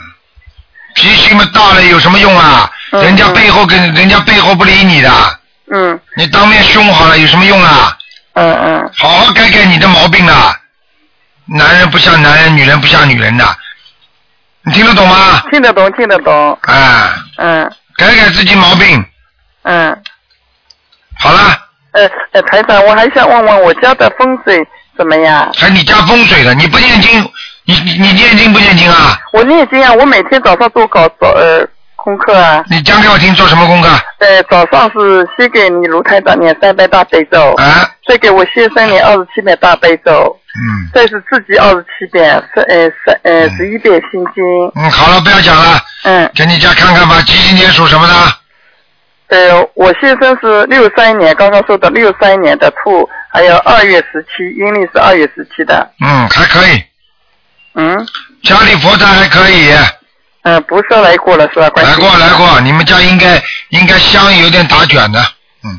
[SPEAKER 1] 脾气嘛大了有什么用啊？
[SPEAKER 11] 嗯
[SPEAKER 1] 人家背后跟人家背后不理你的，
[SPEAKER 11] 嗯
[SPEAKER 1] 你当面凶好了有什么用啊？
[SPEAKER 11] 嗯嗯，
[SPEAKER 1] 好好改改你的毛病啊！男人不像男人，女人不像女人的，你听得懂吗？
[SPEAKER 11] 听得懂，听得懂，
[SPEAKER 1] 啊，
[SPEAKER 11] 嗯
[SPEAKER 1] 改改自己毛病。
[SPEAKER 11] 嗯。
[SPEAKER 1] 好了。
[SPEAKER 11] 呃呃，台长，我还想问问我家的风水怎么样？
[SPEAKER 1] 还你家风水的，你不念经，你你你念经不念经啊？
[SPEAKER 11] 我念经啊，我每天早上都搞早呃功课啊。
[SPEAKER 1] 你讲给我听做什么功课？
[SPEAKER 11] 呃，早上是先给你卢台长念三百大悲咒，
[SPEAKER 1] 啊，
[SPEAKER 11] 再给我先生念二十七遍大悲咒，
[SPEAKER 1] 嗯
[SPEAKER 11] 再是自己二十七遍，是呃三呃十一遍心经，
[SPEAKER 1] 嗯，好了，不要讲了。
[SPEAKER 11] 嗯。
[SPEAKER 1] 给你家看看吧，几几年属什么的？
[SPEAKER 11] 呃，我先生是六三年，刚刚说的六三年的兔，还有二月十七，阴历是二月十七的，
[SPEAKER 1] 嗯，还可以。
[SPEAKER 11] 嗯。
[SPEAKER 1] 家里佛台还可以。
[SPEAKER 11] 嗯，不是来过了是吧？
[SPEAKER 1] 来过来过，你们家应该应该香有点打卷的。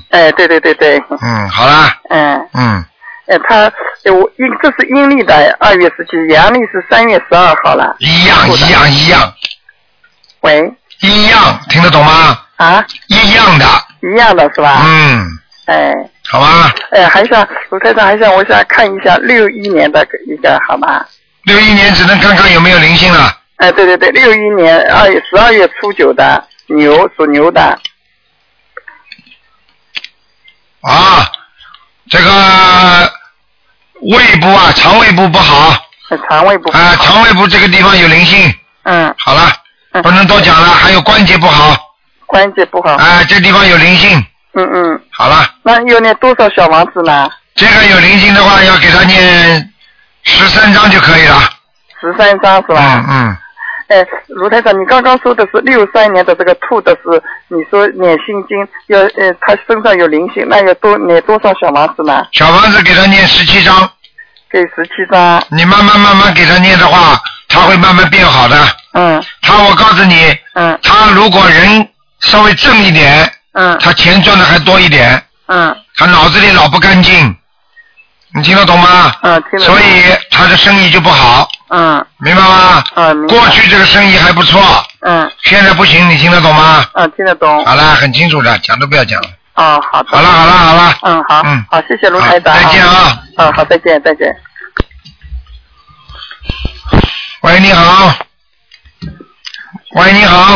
[SPEAKER 11] 哎，对对对对，
[SPEAKER 1] 嗯，好啦，
[SPEAKER 11] 嗯，
[SPEAKER 1] 嗯，
[SPEAKER 11] 哎，他，哎，我阴这是阴历的二月十七，阳历是三月十二号了。
[SPEAKER 1] 一样一样一样。
[SPEAKER 11] 喂。
[SPEAKER 1] 一样，听得懂吗？
[SPEAKER 11] 啊。
[SPEAKER 1] 一样的。
[SPEAKER 11] 一样的是吧？
[SPEAKER 1] 嗯，
[SPEAKER 11] 哎
[SPEAKER 1] 好吧。
[SPEAKER 11] 哎，还想卢台长，还想我想看一下六一年的一个好吗？
[SPEAKER 1] 六一年只能看看有没有灵性了。
[SPEAKER 11] 哎，对对对，六一年二月十二月初九的牛，属牛的，
[SPEAKER 1] 啊，这个胃部啊，肠胃部不好。
[SPEAKER 11] 肠胃部。
[SPEAKER 1] 啊，肠胃部这个地方有灵性。
[SPEAKER 11] 嗯。
[SPEAKER 1] 好了，不能多讲了，还有关节不好。
[SPEAKER 11] 关节不好。
[SPEAKER 1] 啊，这地方有灵性。
[SPEAKER 11] 嗯嗯，
[SPEAKER 1] 好了，
[SPEAKER 11] 那又念多少小王子呢？
[SPEAKER 1] 这个有灵性的话，要给他念十三章就可以了。
[SPEAKER 11] 十三张是吧？
[SPEAKER 1] 嗯嗯。
[SPEAKER 11] 哎，卢台长，你刚刚说的是六三年的这个兔的是，你说念心经要呃，他身上有灵性，那要多念多少小王子呢？
[SPEAKER 1] 小房子给他念十七章，
[SPEAKER 11] 给十七张。
[SPEAKER 1] 你慢慢慢慢给他念的话，他会慢慢变好的。
[SPEAKER 11] 嗯。
[SPEAKER 1] 他，我告诉你，
[SPEAKER 11] 嗯，
[SPEAKER 1] 他如果人稍微正一点，
[SPEAKER 11] 嗯，
[SPEAKER 1] 他钱赚的还多一点，
[SPEAKER 11] 嗯，
[SPEAKER 1] 他脑子里老不干净，你听得懂吗？
[SPEAKER 11] 嗯，听得懂
[SPEAKER 1] 所以他的生意就不好，
[SPEAKER 11] 嗯
[SPEAKER 1] 明白吗？
[SPEAKER 11] 嗯，明白
[SPEAKER 1] 过去这个生意还不错，
[SPEAKER 11] 嗯
[SPEAKER 1] 现在不行，你听得懂吗？
[SPEAKER 11] 嗯，听得懂。
[SPEAKER 1] 好了，很清楚的，讲都不要讲了。
[SPEAKER 11] 啊，好的。
[SPEAKER 1] 好了好了好了
[SPEAKER 11] 嗯，好。
[SPEAKER 1] 嗯
[SPEAKER 11] 好，谢谢卢台长。
[SPEAKER 1] 好再见啊。
[SPEAKER 11] 嗯，好，再见，再见。
[SPEAKER 1] 喂，你好。喂，你好。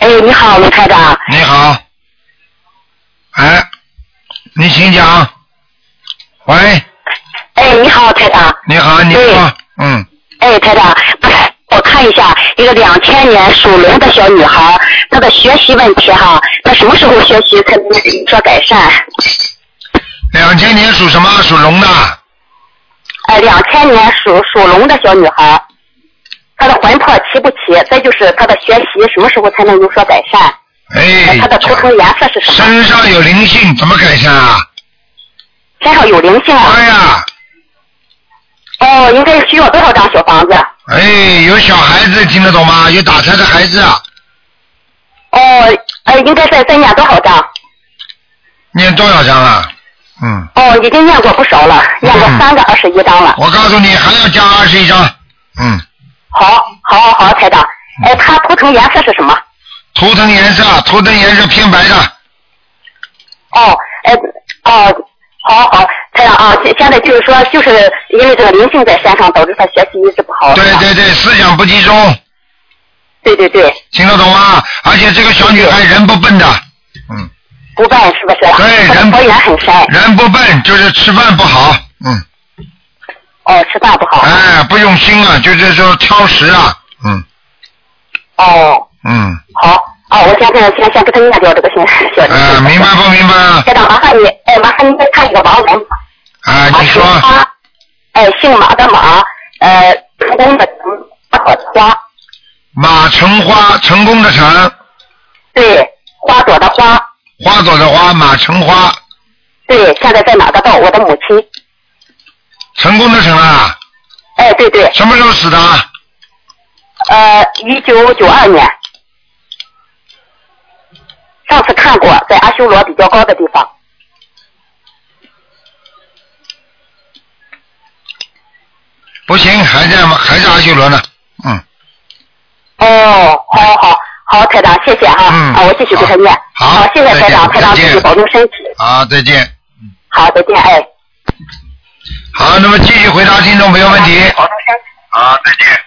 [SPEAKER 12] 哎，你好，卢台长。
[SPEAKER 1] 你好。哎，你请讲。喂，
[SPEAKER 12] 哎，你好，台长。
[SPEAKER 1] 你好，你说，嗯，
[SPEAKER 12] 哎，台长，我看一下一个两千年属龙的小女孩，她的学习问题哈，她什么时候学习才能有所改善？
[SPEAKER 1] 两千年属什么？属龙的。
[SPEAKER 5] 哎
[SPEAKER 13] 呃，两千年属属龙的小女孩，她的魂魄齐不齐？再就是她的学习什么时候才能有所改善？
[SPEAKER 1] 哎，
[SPEAKER 13] 她的图腾颜色是什么？
[SPEAKER 1] 身上有灵性，怎么改善啊？
[SPEAKER 13] 身上有灵性啊！
[SPEAKER 1] 对哎呀。
[SPEAKER 13] 哦，应该需要多少张小房子？
[SPEAKER 1] 哎，有小孩子听得懂吗？有打胎的孩子啊，
[SPEAKER 13] 哦，呃，应该再再念多少张？
[SPEAKER 1] 念多少张啊？嗯，
[SPEAKER 13] 哦，已经念过不少了，念过三个二十一张了。
[SPEAKER 1] 我告诉你，还要加二十一张。嗯。
[SPEAKER 13] 好，好，好，好，台长。哎，它图腾颜色是什么？
[SPEAKER 1] 图腾颜色，图腾颜色偏白的。
[SPEAKER 13] 哦，哎，哦，好好，台长啊，现现在就是说，就是因为这个灵性在身上，导致他学习一直不好。
[SPEAKER 1] 对对对，思想不集中。
[SPEAKER 13] 对对对。
[SPEAKER 1] 听得懂吗？而且这个小女孩人不笨的，嗯
[SPEAKER 13] 不笨是不是？
[SPEAKER 1] 对，人
[SPEAKER 13] 佛缘很深。
[SPEAKER 1] 人不笨，就是吃饭不好，嗯。
[SPEAKER 13] 哦，吃饭不好。
[SPEAKER 1] 哎，不用心啊，就是说挑食啊，嗯
[SPEAKER 13] 哦，
[SPEAKER 1] 嗯，
[SPEAKER 13] 好，哦，我先跟先先给他念掉这个信小
[SPEAKER 1] 嗯、明白不明白啊？
[SPEAKER 13] 台长，麻烦你，哎，麻烦你再看一个王文吧。
[SPEAKER 1] 啊，你说，
[SPEAKER 13] 哎，姓马的马，呃，成功的成，花的花，
[SPEAKER 1] 马成花，成功的成。
[SPEAKER 13] 对，花朵的花。
[SPEAKER 1] 花朵的花，马成花，
[SPEAKER 13] 对，现在在哪个道？我的母亲，
[SPEAKER 1] 成功的成啊。
[SPEAKER 13] 哎，对对。
[SPEAKER 1] 什么时候死的啊？
[SPEAKER 13] 呃，一九九二年，上次看过，在阿修罗比较高的地方。
[SPEAKER 1] 不行，还在吗？还在阿修罗呢。
[SPEAKER 13] 哦，好好好，台长，谢谢哈、啊，
[SPEAKER 1] 嗯
[SPEAKER 13] 我继续给他念。好，谢谢台长，台长自己保重身体。
[SPEAKER 1] 好，啊再见。
[SPEAKER 13] 好，再见，哎。
[SPEAKER 1] 好，那么继续回答听众朋友问题。好，再见。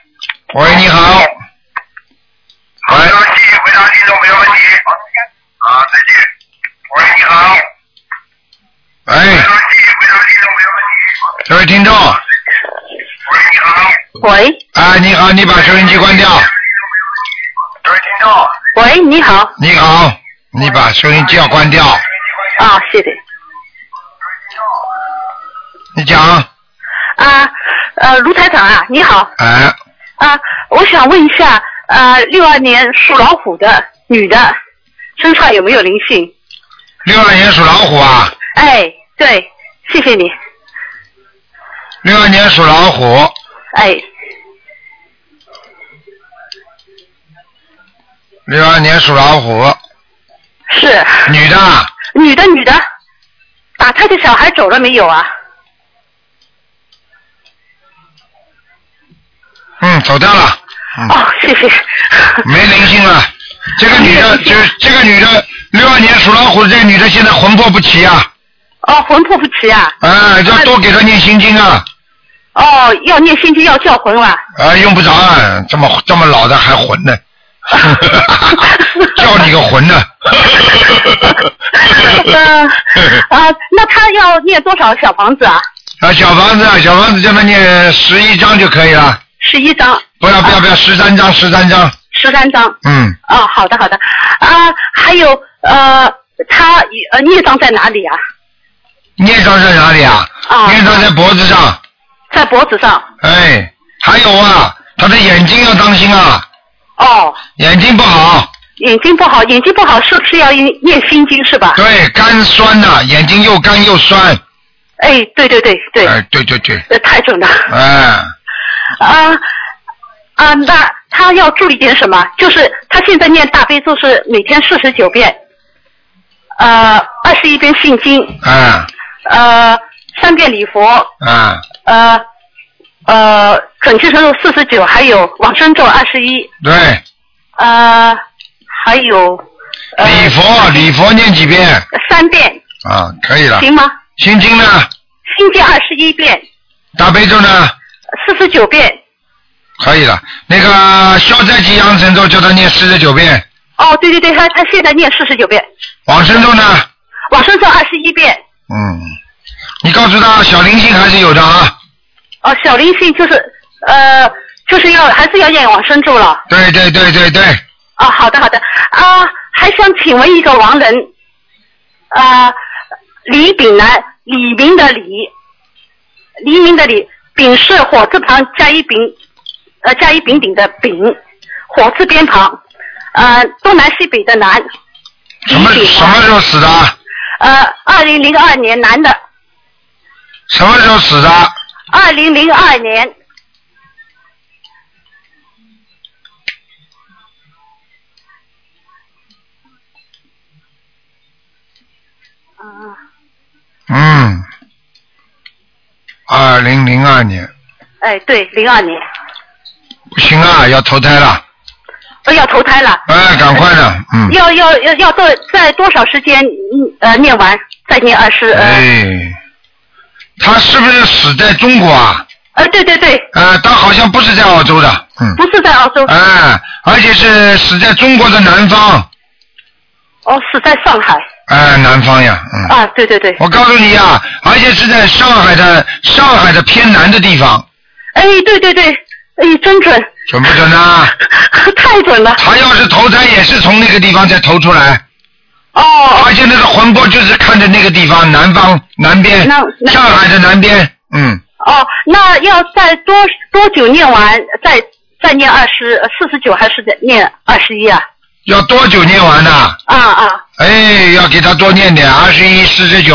[SPEAKER 1] 喂，你好。好，那么继续回答听众朋友问题。好，再见。喂，你好。喂。哎这位听众。
[SPEAKER 5] 喂，
[SPEAKER 1] 哎，你好，你把收音机关掉。
[SPEAKER 5] 喂，你好，
[SPEAKER 1] 你好，你把收音机要关掉。
[SPEAKER 5] 啊，谢谢。
[SPEAKER 1] 你讲，
[SPEAKER 5] 啊，呃，卢台长啊，你好，
[SPEAKER 1] 哎，
[SPEAKER 5] 啊，我想问一下，呃，六二年属老虎的女的，身上有没有灵性？
[SPEAKER 1] 六二年属老虎啊，
[SPEAKER 5] 哎，对，谢谢你，
[SPEAKER 1] 六二年属老虎，
[SPEAKER 5] 哎，
[SPEAKER 1] 六二年属老虎，
[SPEAKER 5] 是
[SPEAKER 1] 女的啊，
[SPEAKER 5] 女的，女的，打胎的小孩走了没有啊？
[SPEAKER 1] 嗯，走掉了，
[SPEAKER 5] 哦，谢谢，
[SPEAKER 1] 没灵性了。这个女的，就是这个女的，六二年属老虎，这个女的现在魂魄不齐啊，
[SPEAKER 5] 哦，魂魄不齐啊，
[SPEAKER 1] 哎，要多给她念心经啊，
[SPEAKER 5] 哦，要念心经，要叫魂了，
[SPEAKER 1] 啊，用不着啊，这么这么老的还魂呢，叫你个魂呢，
[SPEAKER 5] 嗯、啊，那他要念多少小房子啊？
[SPEAKER 1] 啊，小房子，啊，小房子叫她念十一章就可以了，
[SPEAKER 5] 十一张，
[SPEAKER 1] 不要不要不要，十三章十三章，
[SPEAKER 5] 十三张，
[SPEAKER 1] 嗯，
[SPEAKER 5] 哦，好的好的，啊，还有呃，他呃孽障在哪里啊？
[SPEAKER 1] 念章在哪里啊？
[SPEAKER 5] 啊
[SPEAKER 1] 念章在脖子上，
[SPEAKER 5] 在脖子上，
[SPEAKER 1] 哎，还有啊，她的眼睛要当心啊，
[SPEAKER 5] 哦，
[SPEAKER 1] 眼睛不好，
[SPEAKER 5] 眼睛不好，眼睛不好是不是要念念心经是吧？
[SPEAKER 1] 对，肝酸呐、眼睛又干又酸，
[SPEAKER 5] 哎，对对对对，
[SPEAKER 1] 哎，对对对，
[SPEAKER 5] 呃太准了
[SPEAKER 1] 哎，
[SPEAKER 5] 啊啊，那他要注意点什么？就是他现在念大悲咒是每天四十九遍，呃，二十一遍心经，
[SPEAKER 1] 哎，
[SPEAKER 5] 呃，三遍礼佛，
[SPEAKER 1] 哎，
[SPEAKER 5] 呃呃，准确程度四十九，还有往生咒二十一，
[SPEAKER 1] 对，
[SPEAKER 5] 哎呃，还有
[SPEAKER 1] 礼佛礼佛念几遍
[SPEAKER 5] 三遍，
[SPEAKER 1] 啊，可以了。
[SPEAKER 5] 行吗？
[SPEAKER 1] 心经呢？
[SPEAKER 5] 心经二十一遍，
[SPEAKER 1] 大悲咒呢？
[SPEAKER 5] 四十九遍。
[SPEAKER 1] 可以了。那个消灾吉祥神咒叫他念四十九遍，
[SPEAKER 5] 哦，对对对，他他现在念四十九遍，
[SPEAKER 1] 往生咒呢？
[SPEAKER 5] 往生咒二十一遍。
[SPEAKER 1] 嗯，你告诉他小灵性还是有的啊。
[SPEAKER 5] 哦，小灵性就是呃，就是要还是要念往生咒了。
[SPEAKER 1] 对对对对对，
[SPEAKER 5] 啊，好的好的啊，还想请问一个亡人，呃啊，李炳南，李明的李，黎明的李，丙是火字旁加一丙，呃，加一丙丁的丙，火字边旁，呃，东南西北的南。
[SPEAKER 1] 什么什
[SPEAKER 5] 啊
[SPEAKER 1] 么时候死的？
[SPEAKER 5] 呃，二零零二年男的，
[SPEAKER 1] 什么时候死的？
[SPEAKER 5] 二零零二年啊
[SPEAKER 1] 嗯，二零零二年，
[SPEAKER 5] 哎，对，零二年，
[SPEAKER 1] 不行啊，要投胎了，
[SPEAKER 5] 呃，要投胎了，
[SPEAKER 1] 哎，赶快的，嗯，
[SPEAKER 5] 要要要要多在多少时间嗯呃念完，再念二十呃
[SPEAKER 1] 哎，他是不是死在中国啊？
[SPEAKER 5] 呃对对对，
[SPEAKER 1] 呃，他好像不是在澳洲的，嗯，
[SPEAKER 5] 不是在澳洲，
[SPEAKER 1] 哎，而且是死在中国的南方，
[SPEAKER 5] 哦是在上海
[SPEAKER 1] 哎，南方呀，嗯，
[SPEAKER 5] 啊对对对，
[SPEAKER 1] 我告诉你啊，而且是在上海的上海的偏南的地方，
[SPEAKER 5] 哎对对对，哎真准，
[SPEAKER 1] 准不准啊？
[SPEAKER 5] 太准了。
[SPEAKER 1] 他要是投胎也是从那个地方再投出来。
[SPEAKER 5] 哦。
[SPEAKER 1] 而且那个魂魄就是看着那个地方，南方南边，上海的南边，嗯，
[SPEAKER 5] 哦那要在多多久念完再再念二十四十九还是念二十一啊？
[SPEAKER 1] 要多久念完呢、
[SPEAKER 5] 啊啊
[SPEAKER 1] 哎，要给他多念点，二十一、四十九，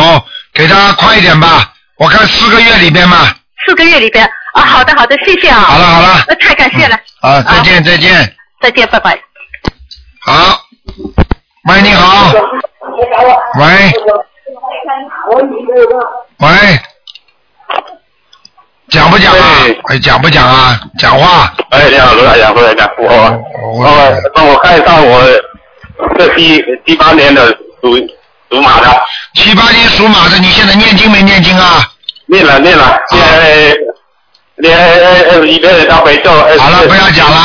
[SPEAKER 1] 给他快一点吧。我看四个月里边吧。
[SPEAKER 5] 四个月里边啊好的好的谢谢啊，
[SPEAKER 1] 好了好了
[SPEAKER 5] 呃太感谢了，
[SPEAKER 1] 啊，再见再见。
[SPEAKER 5] 再见拜拜。
[SPEAKER 1] 好，喂你好，喂喂，讲不讲啊？哎，讲不讲啊？讲话。
[SPEAKER 8] 哎，你好，卢大讲，卢大讲，我
[SPEAKER 1] 哦
[SPEAKER 8] 我帮我看一下我这七七八年的属属马的，
[SPEAKER 1] 七八年属马的，你现在念经没念经啊？
[SPEAKER 8] 念了念了，念念二哎十一遍的大悲咒。好了，不
[SPEAKER 1] 要讲了。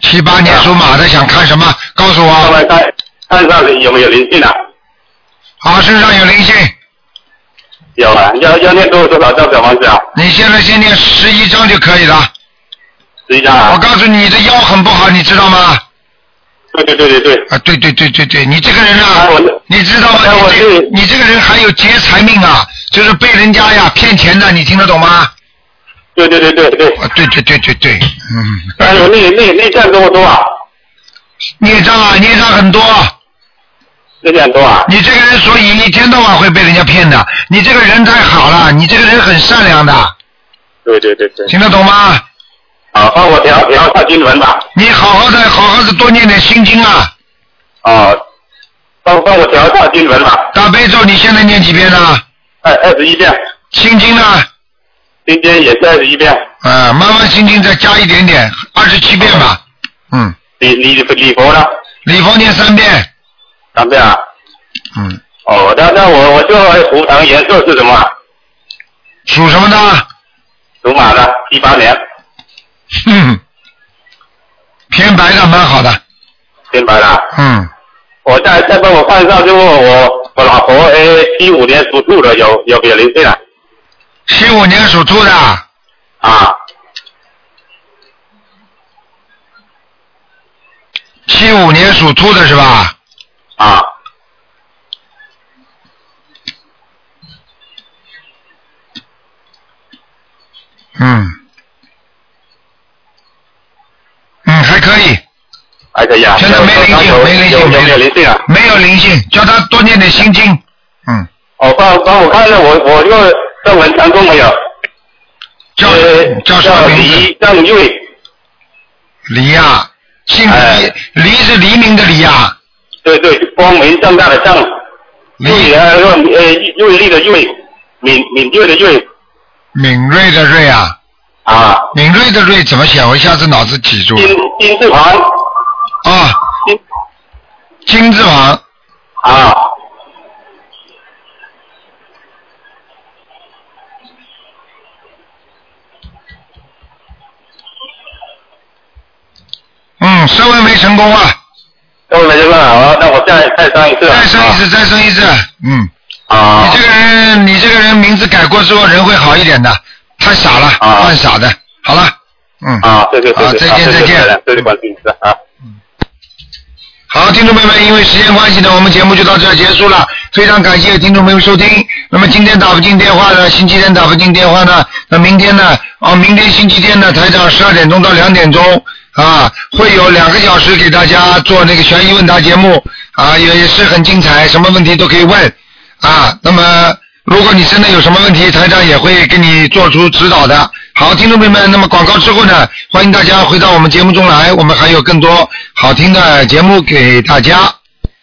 [SPEAKER 1] 七八年属马的想看什么？告诉我。
[SPEAKER 8] 看看看上有没有灵性啊？
[SPEAKER 1] 啊，身上有灵性，
[SPEAKER 8] 有啊，要要念多多少张小房子啊？
[SPEAKER 1] 你现在先念十一章就可以了。
[SPEAKER 8] 十一张啊？
[SPEAKER 1] 我告诉你，你的腰很不好，你知道吗？
[SPEAKER 8] 对对对对对。
[SPEAKER 1] 啊，对对对对对，你这个人啊，你知道吗？你这你这个人还有劫财命啊，就是被人家呀骗钱的，你听得懂吗？
[SPEAKER 8] 对对对对对。
[SPEAKER 1] 啊，对对对对对，嗯。
[SPEAKER 8] 哎呦，内内内战多不多啊？
[SPEAKER 1] 孽障啊，孽障很多。
[SPEAKER 8] 孽障多啊？
[SPEAKER 1] 你这个人，所以一天到晚会被人家骗的。你这个人太好了，你这个人很善良的，
[SPEAKER 8] 对对对对。
[SPEAKER 1] 听得懂吗？
[SPEAKER 8] 好，啊帮我调调一下经文吧。
[SPEAKER 1] 你好好的，好好的多念点心经啊。
[SPEAKER 8] 啊，帮帮我调一下经文吧。
[SPEAKER 1] 大悲咒你现在念几遍呢？
[SPEAKER 8] 二二十一遍。
[SPEAKER 1] 心经呢？
[SPEAKER 8] 今天也是二十一遍。
[SPEAKER 1] 啊，慢慢心经再加一点点，二十七遍吧。嗯。
[SPEAKER 8] 礼礼礼佛呢？
[SPEAKER 1] 礼佛念三遍，
[SPEAKER 8] 三遍啊。
[SPEAKER 1] 嗯。
[SPEAKER 8] 哦，那那我我就图腾颜色是什么啊？
[SPEAKER 1] 属什么的？
[SPEAKER 8] 属马的，一八年，
[SPEAKER 1] 嗯，偏白的蛮好的，
[SPEAKER 8] 明白了。
[SPEAKER 1] 嗯，
[SPEAKER 8] 我再再帮我看一下，就是我我老婆哎，一五年属兔的，有有没有灵性啊？
[SPEAKER 1] 七五年属兔的。
[SPEAKER 8] 啊。
[SPEAKER 1] 七五年属兔的是吧？
[SPEAKER 8] 啊。
[SPEAKER 1] 嗯。嗯，还可以，
[SPEAKER 8] 还可以啊。
[SPEAKER 1] 现在没灵性，没灵
[SPEAKER 8] 有
[SPEAKER 1] 性，
[SPEAKER 8] 有没有
[SPEAKER 1] 灵
[SPEAKER 8] 灵性啊？
[SPEAKER 1] 没有灵性，叫他多念点心经。嗯
[SPEAKER 8] 哦，帮帮我看一下我我这个正文成功没有？呃
[SPEAKER 1] 叫
[SPEAKER 8] 叫什么名字？李正玉，哎
[SPEAKER 1] 黎呀、啊姓黎，黎是黎明的黎啊呀、
[SPEAKER 8] 对对，光明正大的正，玉呃呃瑞丽的瑞，敏敏锐的锐
[SPEAKER 1] 敏锐的锐啊。
[SPEAKER 8] 啊。
[SPEAKER 1] 敏锐的锐怎么写？我一下子脑子记住了。
[SPEAKER 8] 金字旁。
[SPEAKER 1] 啊。金字旁。
[SPEAKER 8] 啊。
[SPEAKER 1] 嗯，升温没成功啊。
[SPEAKER 8] 都没这个好，那我再再上一次啊。
[SPEAKER 1] 再生一次，再生一次。嗯。
[SPEAKER 8] 啊。
[SPEAKER 1] 你这个人，你这个人名字改过之后，人会好一点的。太傻了，犯傻的。好了，嗯。
[SPEAKER 8] 啊，对对对，
[SPEAKER 1] 啊
[SPEAKER 8] 对
[SPEAKER 1] 再见再见，
[SPEAKER 8] 对对关心是啊。
[SPEAKER 1] 好，听众朋友们，因为时间关系呢，我们节目就到这儿结束了。非常感谢听众朋友收听。那么今天打不进电话呢，星期天打不进电话呢，那明天呢？哦，明天星期天呢，台长十二点钟到两点钟啊，会有两个小时给大家做那个悬疑问答节目啊，也也是很精彩，什么问题都可以问啊。那么如果你真的有什么问题，台长也会给你做出指导的。好，听众朋友们，那么广告之后呢，欢迎大家回到我们节目中来，我们还有更多好听的节目给大家。